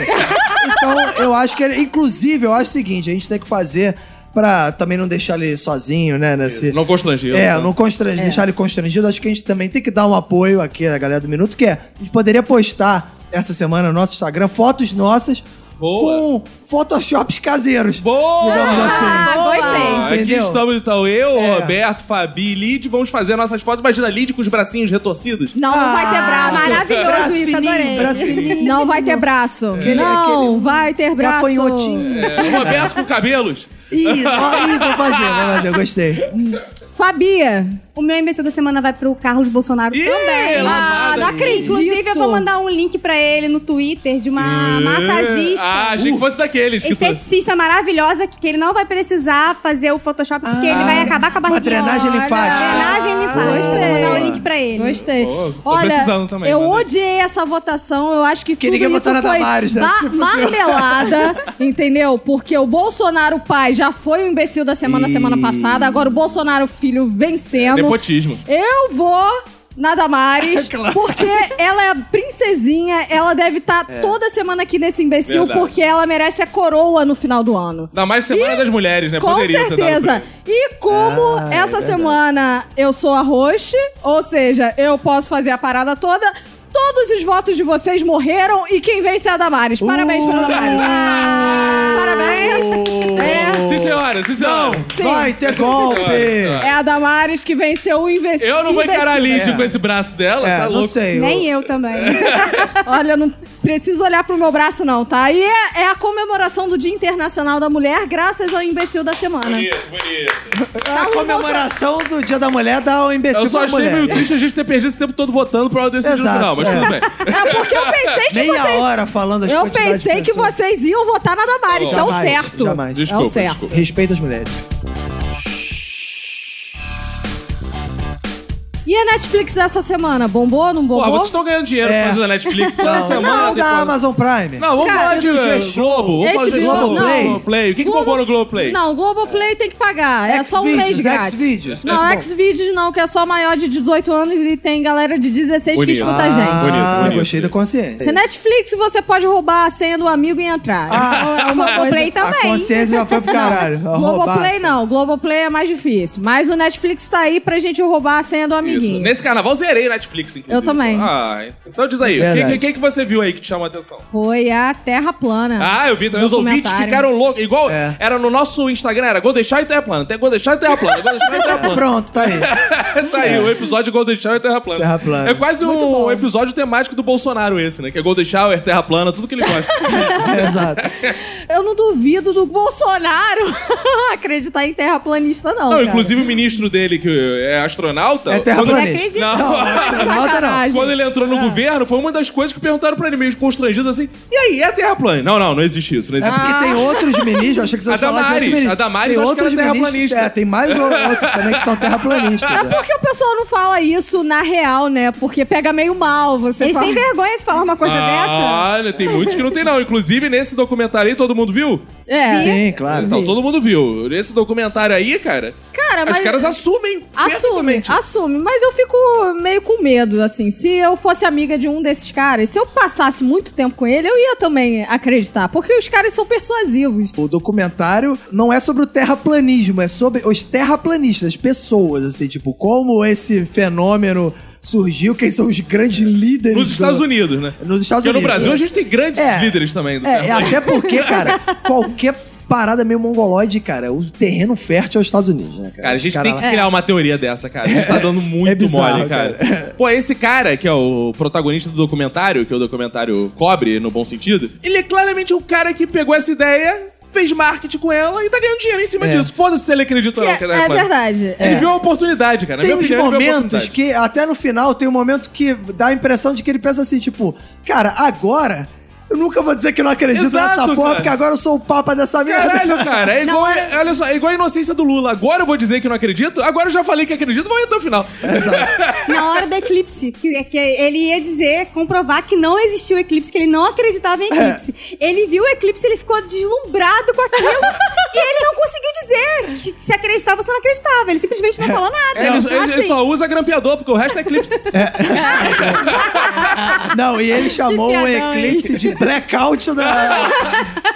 Então, eu acho que ele. Inclusive, eu acho o seguinte: a gente tem que fazer pra também não deixar ele sozinho, né? Nesse,
Não constrangiu.
é, não constrange, deixar ele constrangido. Acho que a gente também tem que dar um apoio aqui à galera do Minuto, que é, a gente poderia postar essa semana no nosso Instagram fotos nossas
Boa.
com photoshops caseiros.
Boa!
Digamos assim.
Ah, gostei.
Aqui
Entendeu?
estamos então, eu,
É.
Roberto, Fabi e Lid, vamos fazer nossas fotos. Imagina Lid com os bracinhos retorcidos.
Não, não vai
Ah.
ter braço.
Maravilhoso
Braço
isso, adorei.
fininho, braço fininho.
Não vai ter braço.
Aquele-
não
aquele-
vai ter braço.
Gafanhotinho.
É, o Roberto com cabelos.
Ih, ó, ih, vou fazer, vou fazer, eu gostei.
Fabia.
O meu imbecil da semana vai pro Carlos Bolsonaro
Ih,
também.
é
Ah,
lavada.
não acredito.
Inclusive, eu vou mandar um link pra ele no Twitter de uma massagista.
É.
um
Ah, achei que fosse daqueles. Que tu...
Esteticista maravilhosa que que ele não vai precisar fazer o Photoshop porque ele
Ah.
vai acabar com a
Uma
Tá barriguinha.
drenagem linfática.
Drenagem linfática. Vou mandar um link pra ele.
Gostei.
Boa, tô
Olha,
precisando também,
eu
mandei.
odiei essa votação. Eu acho que
Que
tudo
ninguém
isso
votou na
foi
Damares, né?
ba-
Se fudeu.
marmelada, entendeu? Porque o Bolsonaro pai já foi um o imbecil da semana, semana passada. Agora o Bolsonaro filho vencendo.
Nepotismo.
Eu vou Nada mais.
Claro.
Porque ela é princesinha, ela deve estar toda semana aqui nesse imbecil,
Verdade.
porque ela merece a coroa no final do ano.
Ainda mais Semana das Mulheres, né?
Com
Poderia ter dado pra
certeza.
ele.
E como essa semana eu sou a host, ou seja, eu posso fazer a parada toda, todos os votos de vocês morreram e quem vence é a Damares. Parabéns pra Damares. Ah, Parabéns. É.
Sim, senhora, sim, senhora.
Sim.
Vai ter golpe!
Senhora,
É a Damares que venceu o imbecil.
Eu não vou encarar a Lídia
É.
com esse braço dela,
É,
tá
não
louco?
sei. eu-
Nem eu também.
Olha, eu não preciso olhar pro meu braço, não, tá? E é, é a comemoração do Dia Internacional da Mulher, graças ao imbecil da semana.
Bonito, bonito.
A comemoração do Dia da Mulher dá o imbecil
Eu só
pra
achei
é mulher.
meio triste a gente ter perdido esse tempo todo votando pra ela decidir no
Exato,
final, mas
é.
tudo bem.
É porque eu pensei que
Meia
vocês.
hora falando as
Eu
quantidades de
pensei que
pessoas.
vocês iam votar na Damares, tão
Jamais,
certo.
jamais.
Desculpa,
é o certo.
desculpa.
Respeita as mulheres.
E a Netflix essa semana? Bombou ou não bombou?
Porra, tá vocês estão ganhando dinheiro
É.
fazendo da Netflix toda
Não,
semana. depois-
não da Amazon Prime.
Não, vamos
Cara,
falar de
do
eh,
G-Show.
Globo. Vamos falar de
HBO,
Globo.
não.
Globoplay. O que, que bombou no Globoplay?
Não, o Globoplay tem que pagar. É só um mês
Xvideos,
grátis.
Xvideos.
Não,
É, bom.
Xvideos não, que é só maior de 18 anos e tem galera de 16
Bonito.
que escuta a tá, gente.
Bonito,
Ah,
bonito.
gostei da consciência.
Se Netflix, você é pode roubar a senha do amigo e entrar.
Ah,
Então, é uma coisa-
Play
A
também.
consciência já foi pro caralho. assim.
Globoplay
Roubaça.
não, Globoplay é mais difícil. Mas o Netflix tá aí pra gente roubar a senha do
Isso.
amiguinho.
Nesse carnaval zerei Netflix, inclusive.
Eu também.
Ah, então diz aí, o que,
Verdade.
que, que você viu aí que te chamou a atenção?
Foi a Terra Plana.
Ah, eu vi também. Os
Documentário.
ouvintes ficaram loucos. Igual
É.
era no nosso Instagram, era Golden Shower e Terra Plana. Até Golden Shower e Terra Plana. Golden Shower e Terra Plana.
Pronto, tá aí.
tá aí, o episódio Golden Shower e Terra Plana.
Terra plana.
É quase
Muito
um
bom.
episódio temático do Bolsonaro esse, né? Que é Golden Shower, Terra Plana, tudo que ele gosta.
Exato.
Eu não duvido do Bolsonaro acreditar em terraplanista, não.
Não,
cara.
inclusive o ministro dele, que é astronauta...
É
quando...
terraplanista.
Acredita.
Astronauta não.
Sacanagem.
Quando ele entrou no governo, foi uma das coisas que perguntaram pra ele meio constrangido assim: e aí, é a Terra plana? Não, não, não existe isso, não
É
existe
porque
Ah.
tem outros ministros, eu achei que você
A
ia falar de outros
Damares,
ministros.
a Damares
tem
eu acho que
outros
ela é
ministros,
terraplanista.
é, tem mais o- outros também que são terraplanistas. né?
Por que É o pessoal não fala isso na real, né? Porque pega meio mal você
Eles
fala-
têm vergonha de falar uma Ah, coisa
Ah.
dessa?
Olha, tem muitos que não tem, não. Inclusive, nesse documentário aí, todo mundo viu?
É.
Sim, claro.
Então, todo mundo viu. Nesse documentário aí, cara,
Cara,
os
É, mas...
caras assumem.
Assume,
perfeitamente.
assume. Mas eu fico meio com medo, assim. Se eu fosse amiga de um desses caras, se eu passasse muito tempo com ele, eu ia também acreditar. Porque os caras são persuasivos.
O documentário não é sobre o terraplanismo, é sobre os terraplanistas, pessoas, assim, tipo, como esse fenômeno surgiu, quem são os grandes líderes.
Nos
do-
Estados Unidos, né?
Nos Estados
Porque no
Unidos.
Brasil
é.
a gente tem grandes
É.
líderes também. né? do
É,
Terra
é,
plana.
até porque, cara, qualquer parada meio mongoloide, cara, o terreno fértil é os Estados Unidos, né, cara?
Cara, a gente
Cara,
tem que criar uma teoria dessa, cara. A gente tá dando muito
É bizarro,
mole, cara. Pô, esse cara, que é o protagonista do documentário, que é o documentário cobre, no bom sentido, ele é claramente o cara que pegou essa ideia, fez marketing com ela e tá ganhando dinheiro em cima
É.
disso. Foda-se se ele acreditou ou não.
É,
que ela é plana.
verdade.
Ele viu a oportunidade, cara. Na
Tem
minha
uns
opinião, ele viu a
momentos
oportunidade.
que, até no final, tem um momento que dá a impressão de que ele pensa assim, tipo, cara, agora eu nunca vou dizer que não acredito
Exato,
nessa porra,
cara.
porque agora eu sou o papa dessa merda.
Caralho, cara, é igual, é- olha só, é igual a inocência do Lula. Agora eu vou dizer que não acredito, agora eu já falei que acredito, vou ir até o final.
Na hora do eclipse, que, que ele ia dizer, comprovar que não existia o eclipse, que ele não acreditava em
É.
eclipse. Ele viu o eclipse, ele ficou deslumbrado com aquilo e ele não conseguiu dizer que É, se acreditava ou se não acreditava. Ele simplesmente não falou nada.
ele, ele- ele
Assim,
só usa grampeador, porque o resto é eclipse.
Não, e ele chamou
Que
o
piadão, hein?
eclipse de blackout da,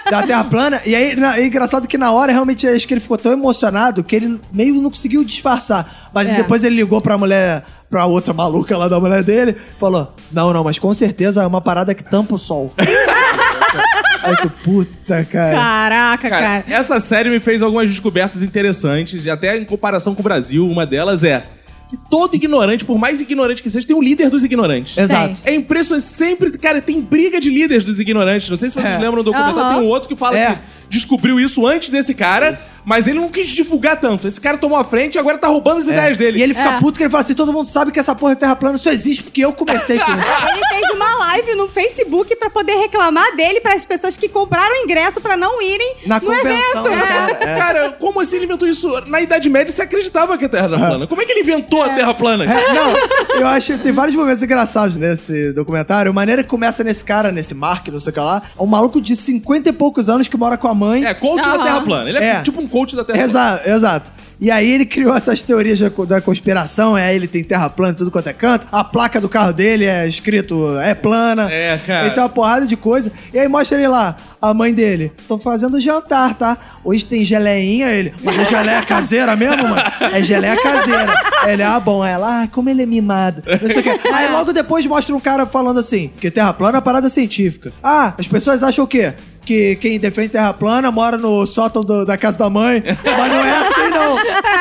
da Terra plana. E aí, na- é engraçado que na hora, realmente, acho que ele ficou tão emocionado que ele meio não conseguiu disfarçar. Mas
É.
depois ele ligou pra mulher, pra outra maluca lá da mulher dele, falou: Não, não, mas com certeza é uma parada que tampa o sol. aí tu, puta, cara.
Caraca, cara.
Cara, essa série me fez algumas descobertas interessantes, e até em comparação com o Brasil, uma delas é que todo ignorante, por mais ignorante que seja, tem um líder dos ignorantes.
Exato.
É impressionante, sempre, cara, tem briga de líderes dos ignorantes. Não sei se vocês
É.
lembram do documentário,
Aham.
tem um outro que fala
É.
que descobriu isso antes desse cara, mas ele não quis divulgar tanto. Esse cara tomou a frente e agora tá roubando as ideias dele.
É. E ele
É.
fica puto que ele fala assim: todo mundo sabe que essa porra de terra plana só existe porque eu comecei com isso.
Ele fez uma live no Facebook pra poder reclamar dele para as pessoas que compraram ingresso pra não é irem
Na
no
convenção.
evento.
Cara, é.
Cara, como assim ele inventou isso? Na Idade Média você acreditava que a Terra era plana. Como é que ele inventou a Terra plana?
É, não, eu acho que tem vários momentos engraçados nesse documentário. A maneira que começa nesse cara, nesse Mark, não sei o que lá, é um maluco de 50 e poucos anos que mora com a mãe.
É, coach da
Aham.
Terra plana. Ele é,
É.
tipo um coach da Terra plana.
Exato, exato. E aí ele criou essas teorias da co- da conspiração, é ele tem terra plana em tudo quanto é canto, a placa do carro dele é escrito é plana. Então,
É, cara.
Ele tem uma porrada de coisa. E aí mostra ele lá, a mãe dele. Tô fazendo jantar, tá? Hoje tem geleinha, ele. Mas é geleia caseira mesmo, mano? É geleia caseira. Ele, ah, bom, ela, ah, como ele é mimado. Não sei o quê. Aí logo depois mostra um cara falando assim, que terra plana é uma parada científica. Ah, as pessoas acham o quê? Que quem defende terra plana mora no sótão do- da casa da mãe. Mas não é assim, não.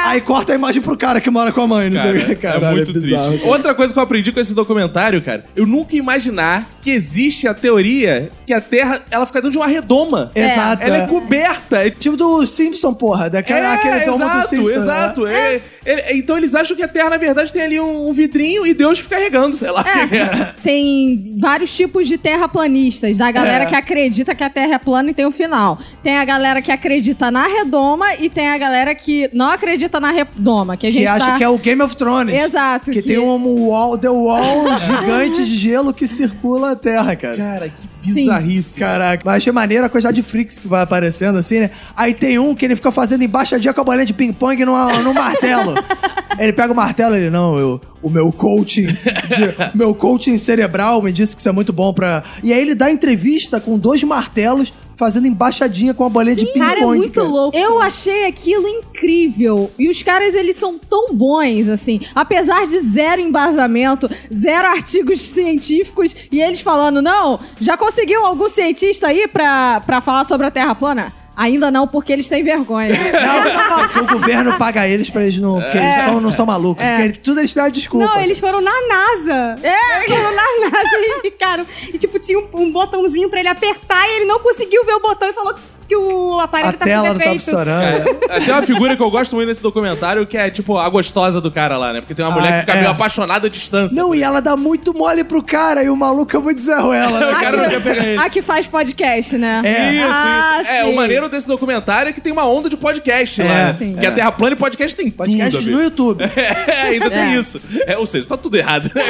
Aí corta a imagem pro cara que mora com a mãe, não sei o quê. Caralho,
é muito
bizarro,
triste.
cara.
Outra coisa que eu aprendi com esse documentário, cara, eu nunca ia imaginar que existe a teoria que a Terra ela fica dentro de uma redoma.
Exato,
Ela é,
é.
coberta. É tipo
Tipo do Simpson, porra. Daquela, aquele
é,
domo do
exato,
Simpson, né?
exato. É, ele- então eles acham que a Terra, na verdade, tem ali um, um vidrinho e Deus fica regando, sei lá.
É. Tem vários tipos de terraplanistas. Da galera que acredita que a Terra é plana e tem o final. Tem a galera que acredita na redoma e tem a galera que não acredita na redoma. Que a gente
Que acha
tá-
que é o Game of Thrones.
Exato.
Que, tem um wall, The Wall gigante de gelo que circula a Terra, cara.
Cara, que bizarrice.
Caraca, mas achei maneiro a quantidade de freaks que vai aparecendo assim, né? Aí tem um que ele fica fazendo embaixadinha com a bolinha de ping-pong numa- num martelo. ele pega o martelo e ele, não, eu, o meu coaching, de- meu coaching cerebral me disse que isso é muito bom pra. E aí ele dá entrevista com dois martelos fazendo embaixadinha com a bolinha de ping-pong.
Cara, é muito
cara.
louco.
Eu achei aquilo incrível. E os caras, eles são tão bons, assim. Apesar de zero embasamento, zero artigos científicos, e eles falando, não, já conseguiu algum cientista aí pra, pra falar sobre a Terra plana? Ainda não, porque eles têm vergonha.
Porque o governo paga eles pra eles não. Porque eles são- não são malucos. Porque ele- tudo eles têm a desculpa.
É. Não, eles foram na NASA.
É.
Eles foram na NASA e ficaram. E tipo, tinha um, um botãozinho pra ele apertar e ele não conseguiu ver o botão e falou que o
A
aparelho tá
tela
com
não tava
defeito.
funcionando.
Tem uma figura que eu gosto muito nesse documentário que é, tipo, a gostosa do cara lá, né? Porque tem uma
Ah,
mulher que
é,
fica
é.
meio apaixonada à distância.
Não, e ela dá muito mole pro cara e o maluco é muito Zé Ruela, né?
O cara não quer pegar ele.
A que faz podcast, né?
É.
Isso,
Ah,
isso. É,
sim.
o maneiro desse documentário é que tem uma onda de podcast
É,
lá. né?
sim.
Que a Terra Plana e podcast tem tudo. a
Podcasts
ver.
no YouTube.
É, ainda tem
É.
isso. É, ou seja, tá tudo errado, né?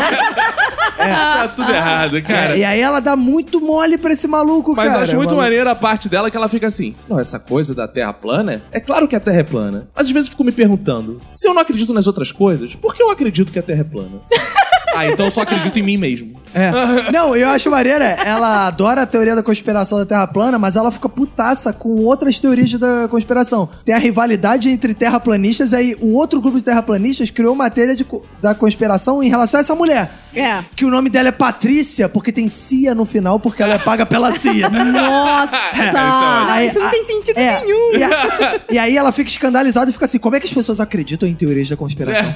Tá tudo
Ah.
errado, cara.
É, e aí ela dá muito mole pra esse maluco,
Mas
cara. é
eu acho muito
maluco.
maneiro a parte dela que ela fica assim: Não, essa coisa da Terra plana, é claro que a Terra é plana. Mas às vezes eu fico me perguntando: se eu não acredito nas outras coisas, por que eu acredito que a Terra é plana? ah, então eu só acredito em mim mesmo.
É. Não, eu acho maneira. Ela adora a teoria da conspiração da Terra plana, mas ela fica putaça com outras teorias da conspiração. Tem a rivalidade entre terraplanistas, aí um outro grupo de terraplanistas criou matéria de co- da conspiração em relação a essa mulher.
É.
Que o nome dela é Patrícia, porque tem CIA no final, porque ela é paga pela CIA.
Nossa!
Aí-
É, isso não tem sentido
é,
nenhum.
E, a- e aí ela fica escandalizada e fica assim: como é que as pessoas acreditam em teorias da conspiração?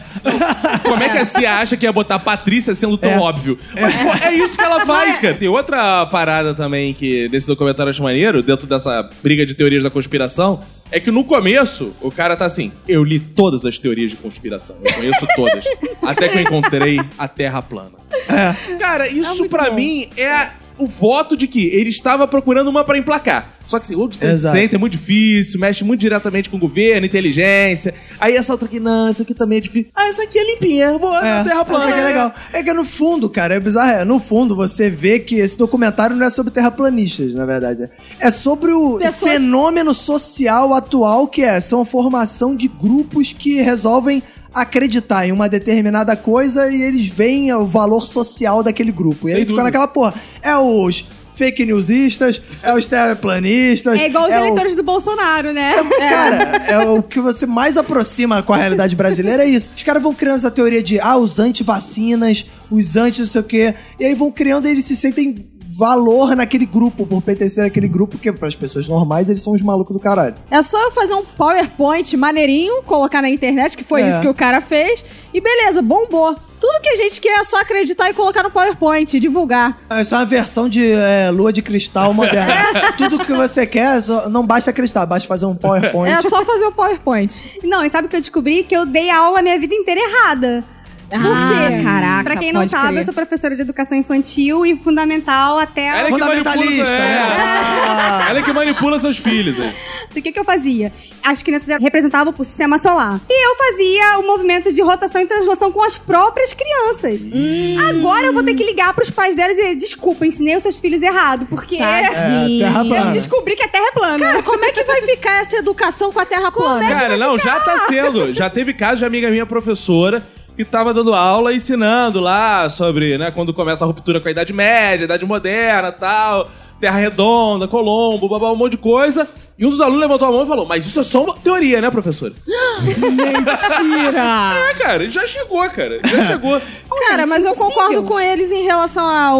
Como é que a Cia acha que ia botar a Patrícia sendo tão
É.
óbvio? Mas, pô, é isso que ela faz, cara. Tem outra parada também que nesse documentário eu acho maneiro, dentro dessa briga de teorias da conspiração, é que no começo o cara tá assim: eu li todas as teorias de conspiração, eu conheço todas, até que eu encontrei a Terra plana.
É.
É.
Cara, isso pra mim é o voto de que ele estava procurando uma pra emplacar. Só que assim, o Distrito
Exato.
Center é muito difícil, mexe muito diretamente com o governo, inteligência. Aí essa outra aqui, não, essa aqui também é difícil. Ah, essa aqui é limpinha, eu vou na terra plana.
Isso aqui é legal. É que no fundo, cara, é bizarro. é, No fundo, você vê que esse documentário não é sobre terraplanistas, na verdade. é. É sobre o
Pessoas-
fenômeno social atual que é. São a formação de grupos que resolvem acreditar em uma determinada coisa e eles veem o valor social daquele grupo. E
Sem
aí ficou
dúvida.
naquela porra. É os fake newsistas, é os terraplanistas.
É igual os
o-
eleitores do Bolsonaro, né?
Cara, é o que você mais aproxima com a realidade brasileira é isso. Os caras vão criando essa teoria de, ah, os anti-vacinas, os anti não sei o quê. E aí vão criando e eles se sentem valor naquele grupo, por pertencer àquele grupo, que para as pessoas normais eles são os malucos do caralho.
É só eu fazer um PowerPoint maneirinho, colocar na internet, que foi
É.
isso que o cara fez, e beleza, bombou. Tudo que a gente quer é só acreditar e colocar no PowerPoint, e divulgar.
É só uma versão de é, lua de cristal moderna. Tudo que você quer, só- não basta acreditar, basta fazer um PowerPoint.
É só fazer o PowerPoint.
um
Não, e sabe o que eu descobri? Que eu dei aula a minha vida inteira errada.
Ah,
Por quê?
caraca,
pra quem não
pode
sabe,
crer.
eu sou professora de educação infantil e fundamental até.
Ela é que manipula.
Fundamentalista,
É.
né?
Ela é que manipula seus filhos. aí.
O que, que eu fazia? As crianças representavam o sistema solar. E eu fazia o movimento de rotação e translação com as próprias crianças.
Hum.
Agora eu vou ter que ligar pros pais delas e dizer, desculpa, ensinei os seus filhos errado, porque
Tadinho.
É, terra
eu
plana.
descobri que a Terra é plana.
Tá. Cara, como é que vai ficar essa educação com a terra
é
plana?
Cara, não, já tá sendo. Já teve caso de amiga minha professora que tava dando aula ensinando lá sobre, né, quando começa a ruptura com a Idade Média, Idade Moderna tal, Terra Redonda, Colombo, babá, um monte de coisa. E um dos alunos levantou a mão e falou: Mas isso é só uma teoria, né, professora?
Mentira!
É, cara, ele já chegou, cara. Já chegou.
Cara, mas eu concordo com eles em relação a,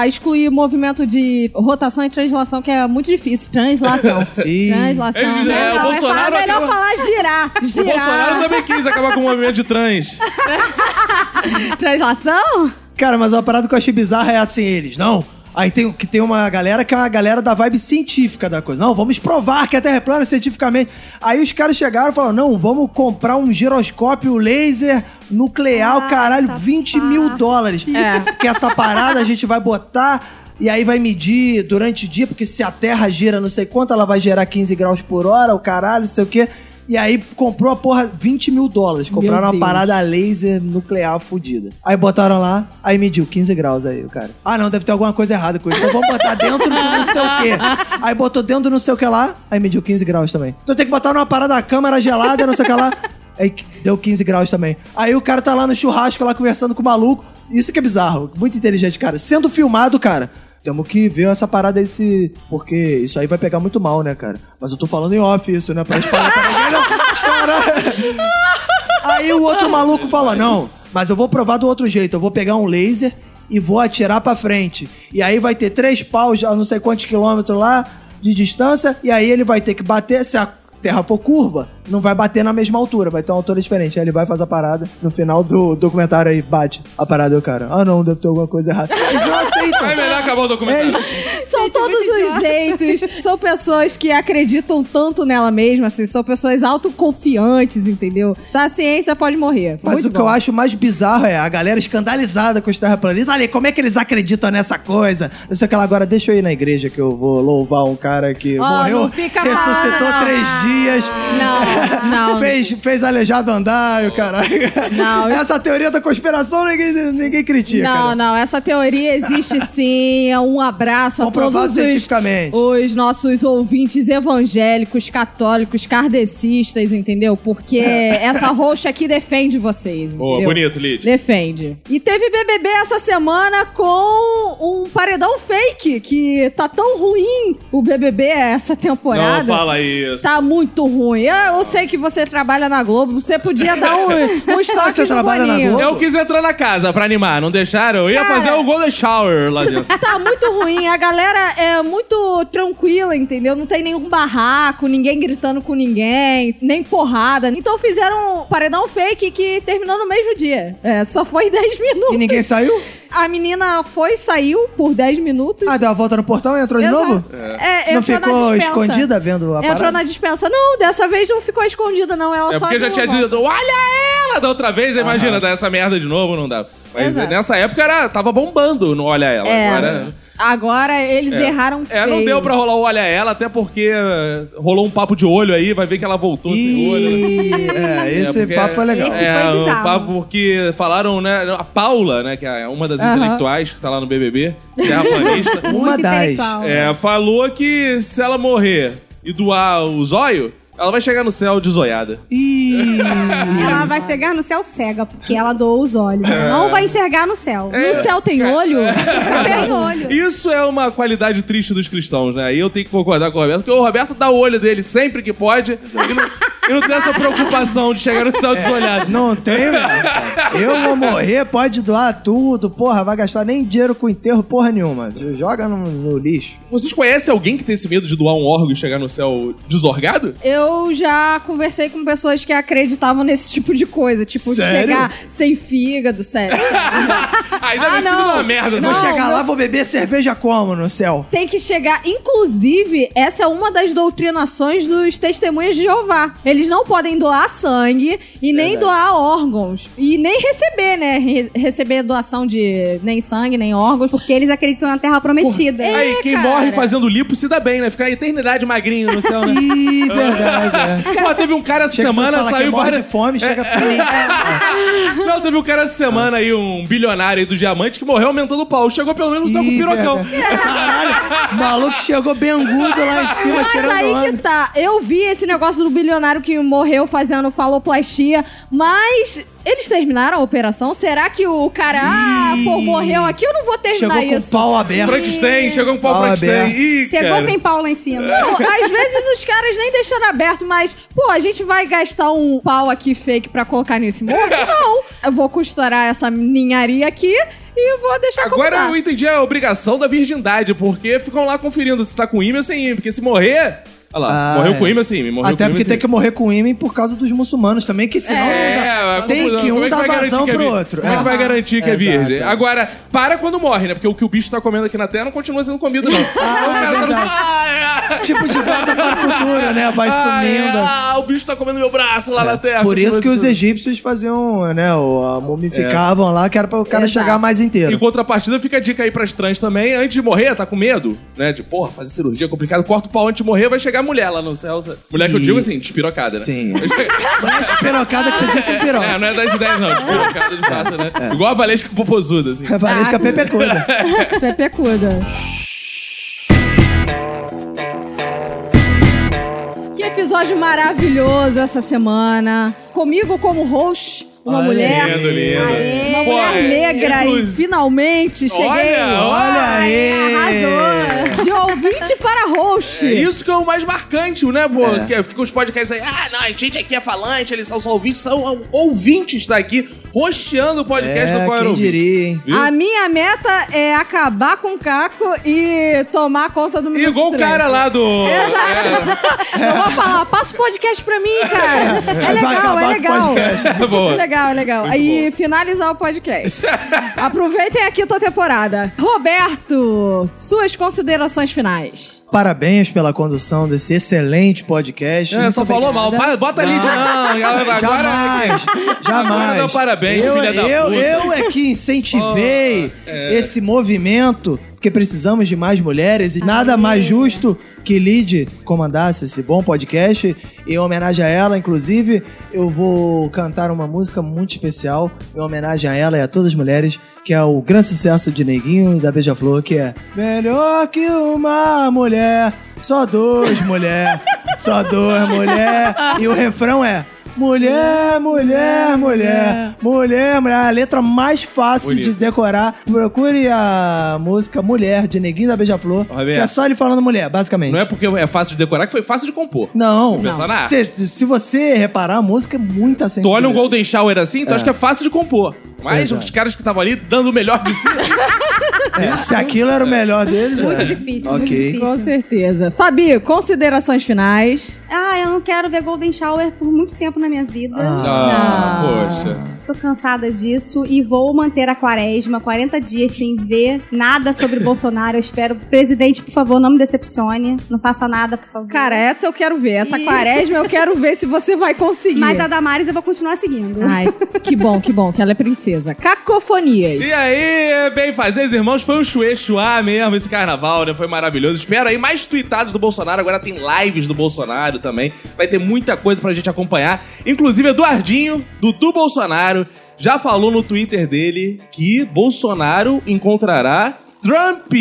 a excluir o movimento de rotação e translação, que é muito difícil. Translação.
Ih.
translação.
Ele- é,
né?
o
Não,
Bolsonaro
falar- melhor
acabou-
falar girar.
O
Girar.
Bolsonaro também quis acabar com o movimento de trans.
Translação?
Cara, mas uma parada que eu achei bizarra é assim, eles, não. Aí tem, que tem uma galera que é uma galera da vibe científica da coisa. Não, vamos provar que a Terra é plana cientificamente. Aí os caras chegaram e falaram, não, vamos comprar um giroscópio laser nuclear, o caralho, 20 mil dólares. Que essa parada a gente vai botar e aí vai medir durante o dia, porque se a Terra gira não sei quanto, ela vai gerar 15 graus por hora, o caralho, não sei o quê. E aí comprou a porra 20 mil dólares. Compraram uma
Deus.
parada laser nuclear fodida. Aí botaram lá, aí mediu 15 graus aí, o cara. Ah, não, deve ter alguma coisa errada com isso. Então vamos botar dentro do não sei o quê. Aí botou dentro do não sei o que lá, aí mediu 15 graus também. Então tem que botar numa parada da câmera gelada, não sei o que lá. Aí deu 15 graus também. Aí o cara tá lá no churrasco, lá conversando com o maluco. Isso que é bizarro. Muito inteligente, cara. Sendo filmado, cara. Temos que ver essa parada esse. Porque isso aí vai pegar muito mal, né, cara? Mas eu tô falando em off isso, né? Pra espalhar pra ninguém, não. Caralho. Aí o outro maluco fala: não, mas eu vou provar do outro jeito. Eu vou pegar um laser e vou atirar pra frente. E aí vai ter três paus, a não sei quantos quilômetros lá de distância. E aí ele vai ter que bater. Se a terra for curva, não vai bater na mesma altura, vai ter uma altura diferente. Aí ele vai fazer a parada. No final do documentário aí, bate a parada e o cara. Ah, não, deve ter alguma coisa errada. Eles não aceitam.
É melhor acabar o documentário.
São todos os jeitos. São pessoas que acreditam tanto nela mesma, assim. São pessoas autoconfiantes, entendeu? Tá, a ciência pode morrer.
Mas
Muito
o que eu
bom.
acho mais bizarro é a galera escandalizada com os terraplanistas. Olha, aí, como é que eles acreditam nessa coisa? Não sei o que lá. Agora deixa eu ir na igreja que eu vou louvar um cara que
Ó,
morreu,
não fica
ressuscitou
falando, não.
três dias.
Não, não.
fez, fez aleijado andar, e o caralho.
Não, isso-
Essa teoria da conspiração ninguém, ninguém critica.
não,
cara.
não, essa teoria existe sim. É um abraço a
Comprovado
todos os,
cientificamente.
os nossos ouvintes evangélicos, católicos, kardecistas, entendeu? Porque
É.
essa roxa aqui defende vocês, entendeu?
Boa, bonito, Lid.
Defende. E teve BBB essa semana com um paredão fake, que tá tão ruim o BBB essa temporada.
Não fala isso.
Tá muito ruim. Eu, eu sei que você trabalha na Globo, você podia dar um, um estoque
Você trabalha na Globo?
Eu quis entrar na casa pra animar, não deixaram? Eu ia
Cara.
fazer o Golden Shower lá dentro.
Tá muito ruim, a galera é muito tranquila, entendeu? Não tem nenhum barraco, ninguém gritando com ninguém, nem porrada. Então fizeram um paredão fake que terminou no mesmo dia. É, só foi 10 minutos.
E ninguém saiu?
A menina foi e saiu por 10 minutos.
Ah, deu a volta no portão e entrou de
Exato.
novo?
É,
não
entrou na
ficou
dispensa.
escondida vendo a
Entrou
parada?
na dispensa. Não, dessa vez não ficou escondida, não. Ela
É
só.
porque já tinha
deu uma
dito, olha ela da outra vez, né? imagina, dar essa merda de novo, não dá. Mas
Exato.
nessa época era, tava bombando no Olha Ela.
É.
Agora,
Agora eles erraram
é,
feio.
não deu pra rolar o Olha Ela, até porque eh, rolou um papo de olho aí, vai ver que ela voltou sem olho. né?
Ih, é, esse
porque-
papo foi legal.
Esse
é,
foi
um
bizarro.
papo porque falaram, né? A Paula, né, que é uma das
Aham.
intelectuais que tá lá no BBB, terraplanista,
Uma
Muito
das.
intelectual.
é, falou que se ela morrer e doar o zóio, ela vai chegar no céu desoiada.
Ih.
Ela vai chegar no céu cega, porque ela doou os olhos. Não vai enxergar no céu.
No céu tem olho?
Só tem olho.
Isso é uma qualidade triste dos cristãos, né? E eu tenho que concordar com o Roberto, porque o Roberto dá o olho dele sempre que pode e não, e não tem essa preocupação de chegar no céu desolhado.
Não tem, velho. cara. Eu vou morrer, pode doar tudo, porra, vai gastar nem dinheiro com enterro, porra nenhuma. Joga no, no lixo.
Vocês conhecem alguém que tem esse medo de doar um órgão e chegar no céu desorgado?
Eu já conversei com pessoas que acreditavam nesse tipo de coisa. Tipo, de
Sério?
chegar sem fígado, sério.
Ainda
Ah,
bem que não é
não.
uma merda,
vou
né?
Não,
chegar
meu-
lá, vou beber cerveja como no céu?
Tem que chegar, inclusive, essa é uma das doutrinações dos testemunhas de Jeová. Eles eles não podem doar sangue e nem doar órgãos. E nem receber, né? Re- receber doação de nem sangue, nem órgãos.
Porque eles acreditam na Terra Prometida.
aí, quem
cara.
morre fazendo lipo se dá bem, né? Fica a eternidade magrinho no céu, né?
Ih, verdade. é.
Pô, teve um cara essa
Chega que
semana,
você fala que é
saiu
morre
várias... É,
de fome, chega assim.
Não, teve um cara essa semana aí, um bilionário aí do diamante, que morreu aumentando o pau. Chegou pelo menos no céu com o
Ih,
pirocão.
verdade. Caralho, o maluco chegou bengudo lá em cima,
Mas
tirando
aí
onda.
que tá. Eu vi esse negócio do bilionário que morreu fazendo faloplastia, mas eles terminaram a operação? Será que o cara, ah, pô, morreu aqui, eu não vou terminar
Chegou com
isso.
o pau aberto.
Frankenstein, chegou um pau
Fala,
Frankenstein.
É
Beto.
Ih,
Chegou
cara.
sem pau lá em cima.
Não, às vezes os caras nem deixaram aberto, mas, pô, a gente vai gastar um pau aqui fake pra colocar nesse morro? Não! Eu vou costurar essa ninharia aqui e vou deixar
Agora
como tá.
eu entendi a obrigação da virgindade, porque ficam lá conferindo se tá com ímã ou sem ímã, porque se morrer... Olha lá,
Ah,
morreu
é.
com ímã ou sem ímã, morreu com
Até
ímã
porque
ou sem
tem que morrer com o imen por causa dos muçulmanos também, que senão
É.
não dá.
a
tem
confusão.
que
Como
um
é
dar
vai
vazão
garantir que é
pro
virgem?
outro. Ah,
Como é que vai garantir que é
Exato.
virgem? Agora, para quando morre, né? Porque o que o bicho tá comendo aqui na terra não continua sendo comida, não. o
é
tá no-
verdade.
Ah, é.
Tipo de volta para o futuro, né? Vai
Ah, é.
sumindo. É,
Ah, o bicho tá comendo meu braço lá na terra.
Por isso
Continua
que os
sendo-
egípcios faziam, né? o- a
É.
Mumificavam lá, que era pra o cara
Exato.
chegar mais inteiro.
Em contrapartida, fica a dica aí pras trans também. Antes de morrer, tá com medo, né? De, porra, fazer cirurgia é complicado. Corta o pau antes de morrer, vai chegar a mulher lá no céu. sabe? Mulher que eu
E-
digo assim, despirocada, né?
Sim. Mas é pirocada que você disse é
É,
piroca.
não é das ideias, não. Despirocada de fato, né? Igual a Valesca Popozuda, assim.
É Valesca Pepe Coisa.
Pepecuda. Que episódio maravilhoso essa semana. Comigo como host, uma
Olha
mulher.
Lindo, lindo.
Uma
Pô,
mulher
é,
negra
inclusive-
e finalmente cheguei.
Olha,
Olha aí! É,
De ouvinte para host.
É isso que é o mais marcante, né, pô?
É.
Que fica os podcasts aí, ah, não, a gente aqui é falante, eles são só ouvintes, são ouvintes daqui, rosteando o podcast do
É,
Qual Era
quem
o Ouvinte.
diria, hein?
Viu?
A minha meta é acabar com o Caco e tomar conta do Minuto
Igual
de
o cara
Silêncio.
lá do.
Eu vou falar, passa o podcast pra mim, cara. É
Vai
legal,
acabar
é
com o
legal.
podcast.
É, boa.
É legal, é legal.
Muito
Aí, finalizar o podcast. Aproveitem a quinta temporada. Roberto, suas considerações finais.
Parabéns pela condução desse excelente podcast.
É, só falou mal. Para- bota ali de não, galera. Agora. é
Jamais,
Agora
jamais.
dá parabéns,
eu,
filha da
eu,
puta. Oh, é.
eu é que incentivei esse movimento, porque precisamos de mais mulheres e nada mais justo que Lid comandasse esse bom podcast. Em homenagem a ela, inclusive, eu vou cantar uma música muito especial em homenagem a ela e a todas as mulheres, que é o grande sucesso de Neguinho e da Beija-Flor, que é Melhor que uma mulher, só dois mulher, só dois mulher. E o refrão é Mulher, mulher, mulher, mulher, mulher. A letra mais fácil
Bonito.
de decorar. Procure a música Mulher, de Neguinho da Beija-Flor. Que
Roberto.
é só ele falando mulher, basicamente.
Não é porque é fácil de decorar que foi fácil de compor.
Não.
Pensar na arte.
Se, se você reparar, a música é muita
Tu
sensibilidade.
olha um Golden Shower assim, tu acha que é fácil de compor. Mas
Exato.
os caras que estavam ali dando o melhor de si.
É, se aquilo era o melhor deles,
Muito
é.
difícil,
Ok.
muito difícil.
Com certeza. Fabi, considerações finais.
Ah, eu não quero ver Golden Shower por muito tempo na minha vida.
Ah, poxa.
Tô cansada disso e vou manter a quaresma 40 dias sem ver nada sobre Bolsonaro. Eu espero. Presidente, por favor, não me decepcione. Não faça nada, por favor.
Cara, é essa eu quero ver. Essa
Ih.
quaresma eu quero ver se você vai conseguir.
Mas a Damares eu vou continuar seguindo.
Ai, que bom, que bom, que ela é princesa. Cacofonias.
E aí, bem fazeres irmãos, foi um chuê chuá mesmo esse carnaval, né? Foi maravilhoso. Espero aí mais tweetados do Bolsonaro. Agora tem lives do Bolsonaro também. Vai ter muita coisa pra gente acompanhar. Inclusive, Eduardinho, Dudu Bolsonaro, já falou no Twitter dele que Bolsonaro encontrará Trump.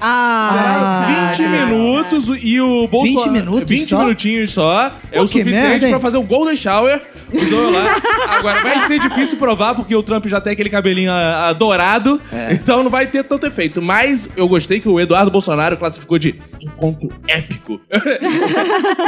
Ah,
Ah,
20 minutos e o Bolsonaro.
20 minutos
20
só?
minutinhos só. É
Pô,
o
que merda,
suficiente
hein?
pra fazer o Golden Shower. Os dois lá. Agora vai ser difícil provar, porque o Trump já tem aquele cabelinho ah, ah, dourado.
É.
Então não vai ter tanto efeito. Mas eu gostei que o Eduardo Bolsonaro classificou de encontro épico.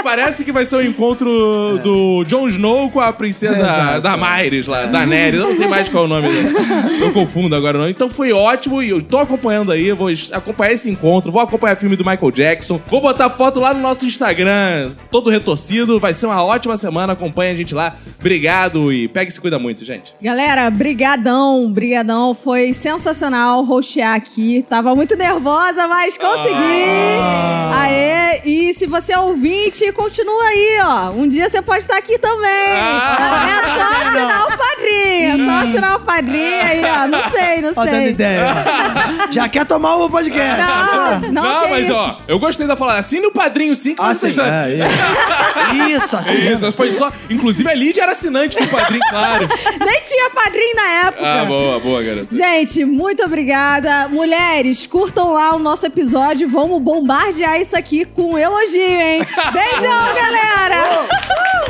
Parece que vai ser o encontro do Jon Snow com a princesa Damares lá, Daenerys. Eu não sei mais qual é o nome dela. Eu confundo agora não. Então foi ótimo e eu tô acompanhando vendo aí, vou es- acompanhar esse encontro, vou acompanhar filme do Michael Jackson, vou botar foto lá no nosso Instagram, todo retorcido. Vai ser uma ótima semana, acompanha a gente lá. Obrigado e pega e se cuida muito, gente.
Galera, brigadão, brigadão. Foi sensacional roxear aqui. Tava muito nervosa, mas consegui.
Ah.
Aê, e se você é ouvinte, continua aí, ó. Um dia você pode estar aqui também.
Ah.
É só assinar o padrinho, é só assinar o padrinho aí, ó. Não sei, não
Ó, dando
sei.
ideia. Já quer tomar o podcast.
Não, não, que
mas
isso.
ó, eu gostei da falada. Assine o padrinho sim que
Assim,
vocês já.
é, isso. isso, assim.
Isso, foi só. Inclusive a Lídia era assinante do padrinho, claro.
Nem tinha padrinho na época.
Ah, boa, boa, garota.
Gente, muito obrigada. Mulheres, curtam lá o nosso episódio. Vamos bombardear isso aqui com elogio, hein? Beijão, galera!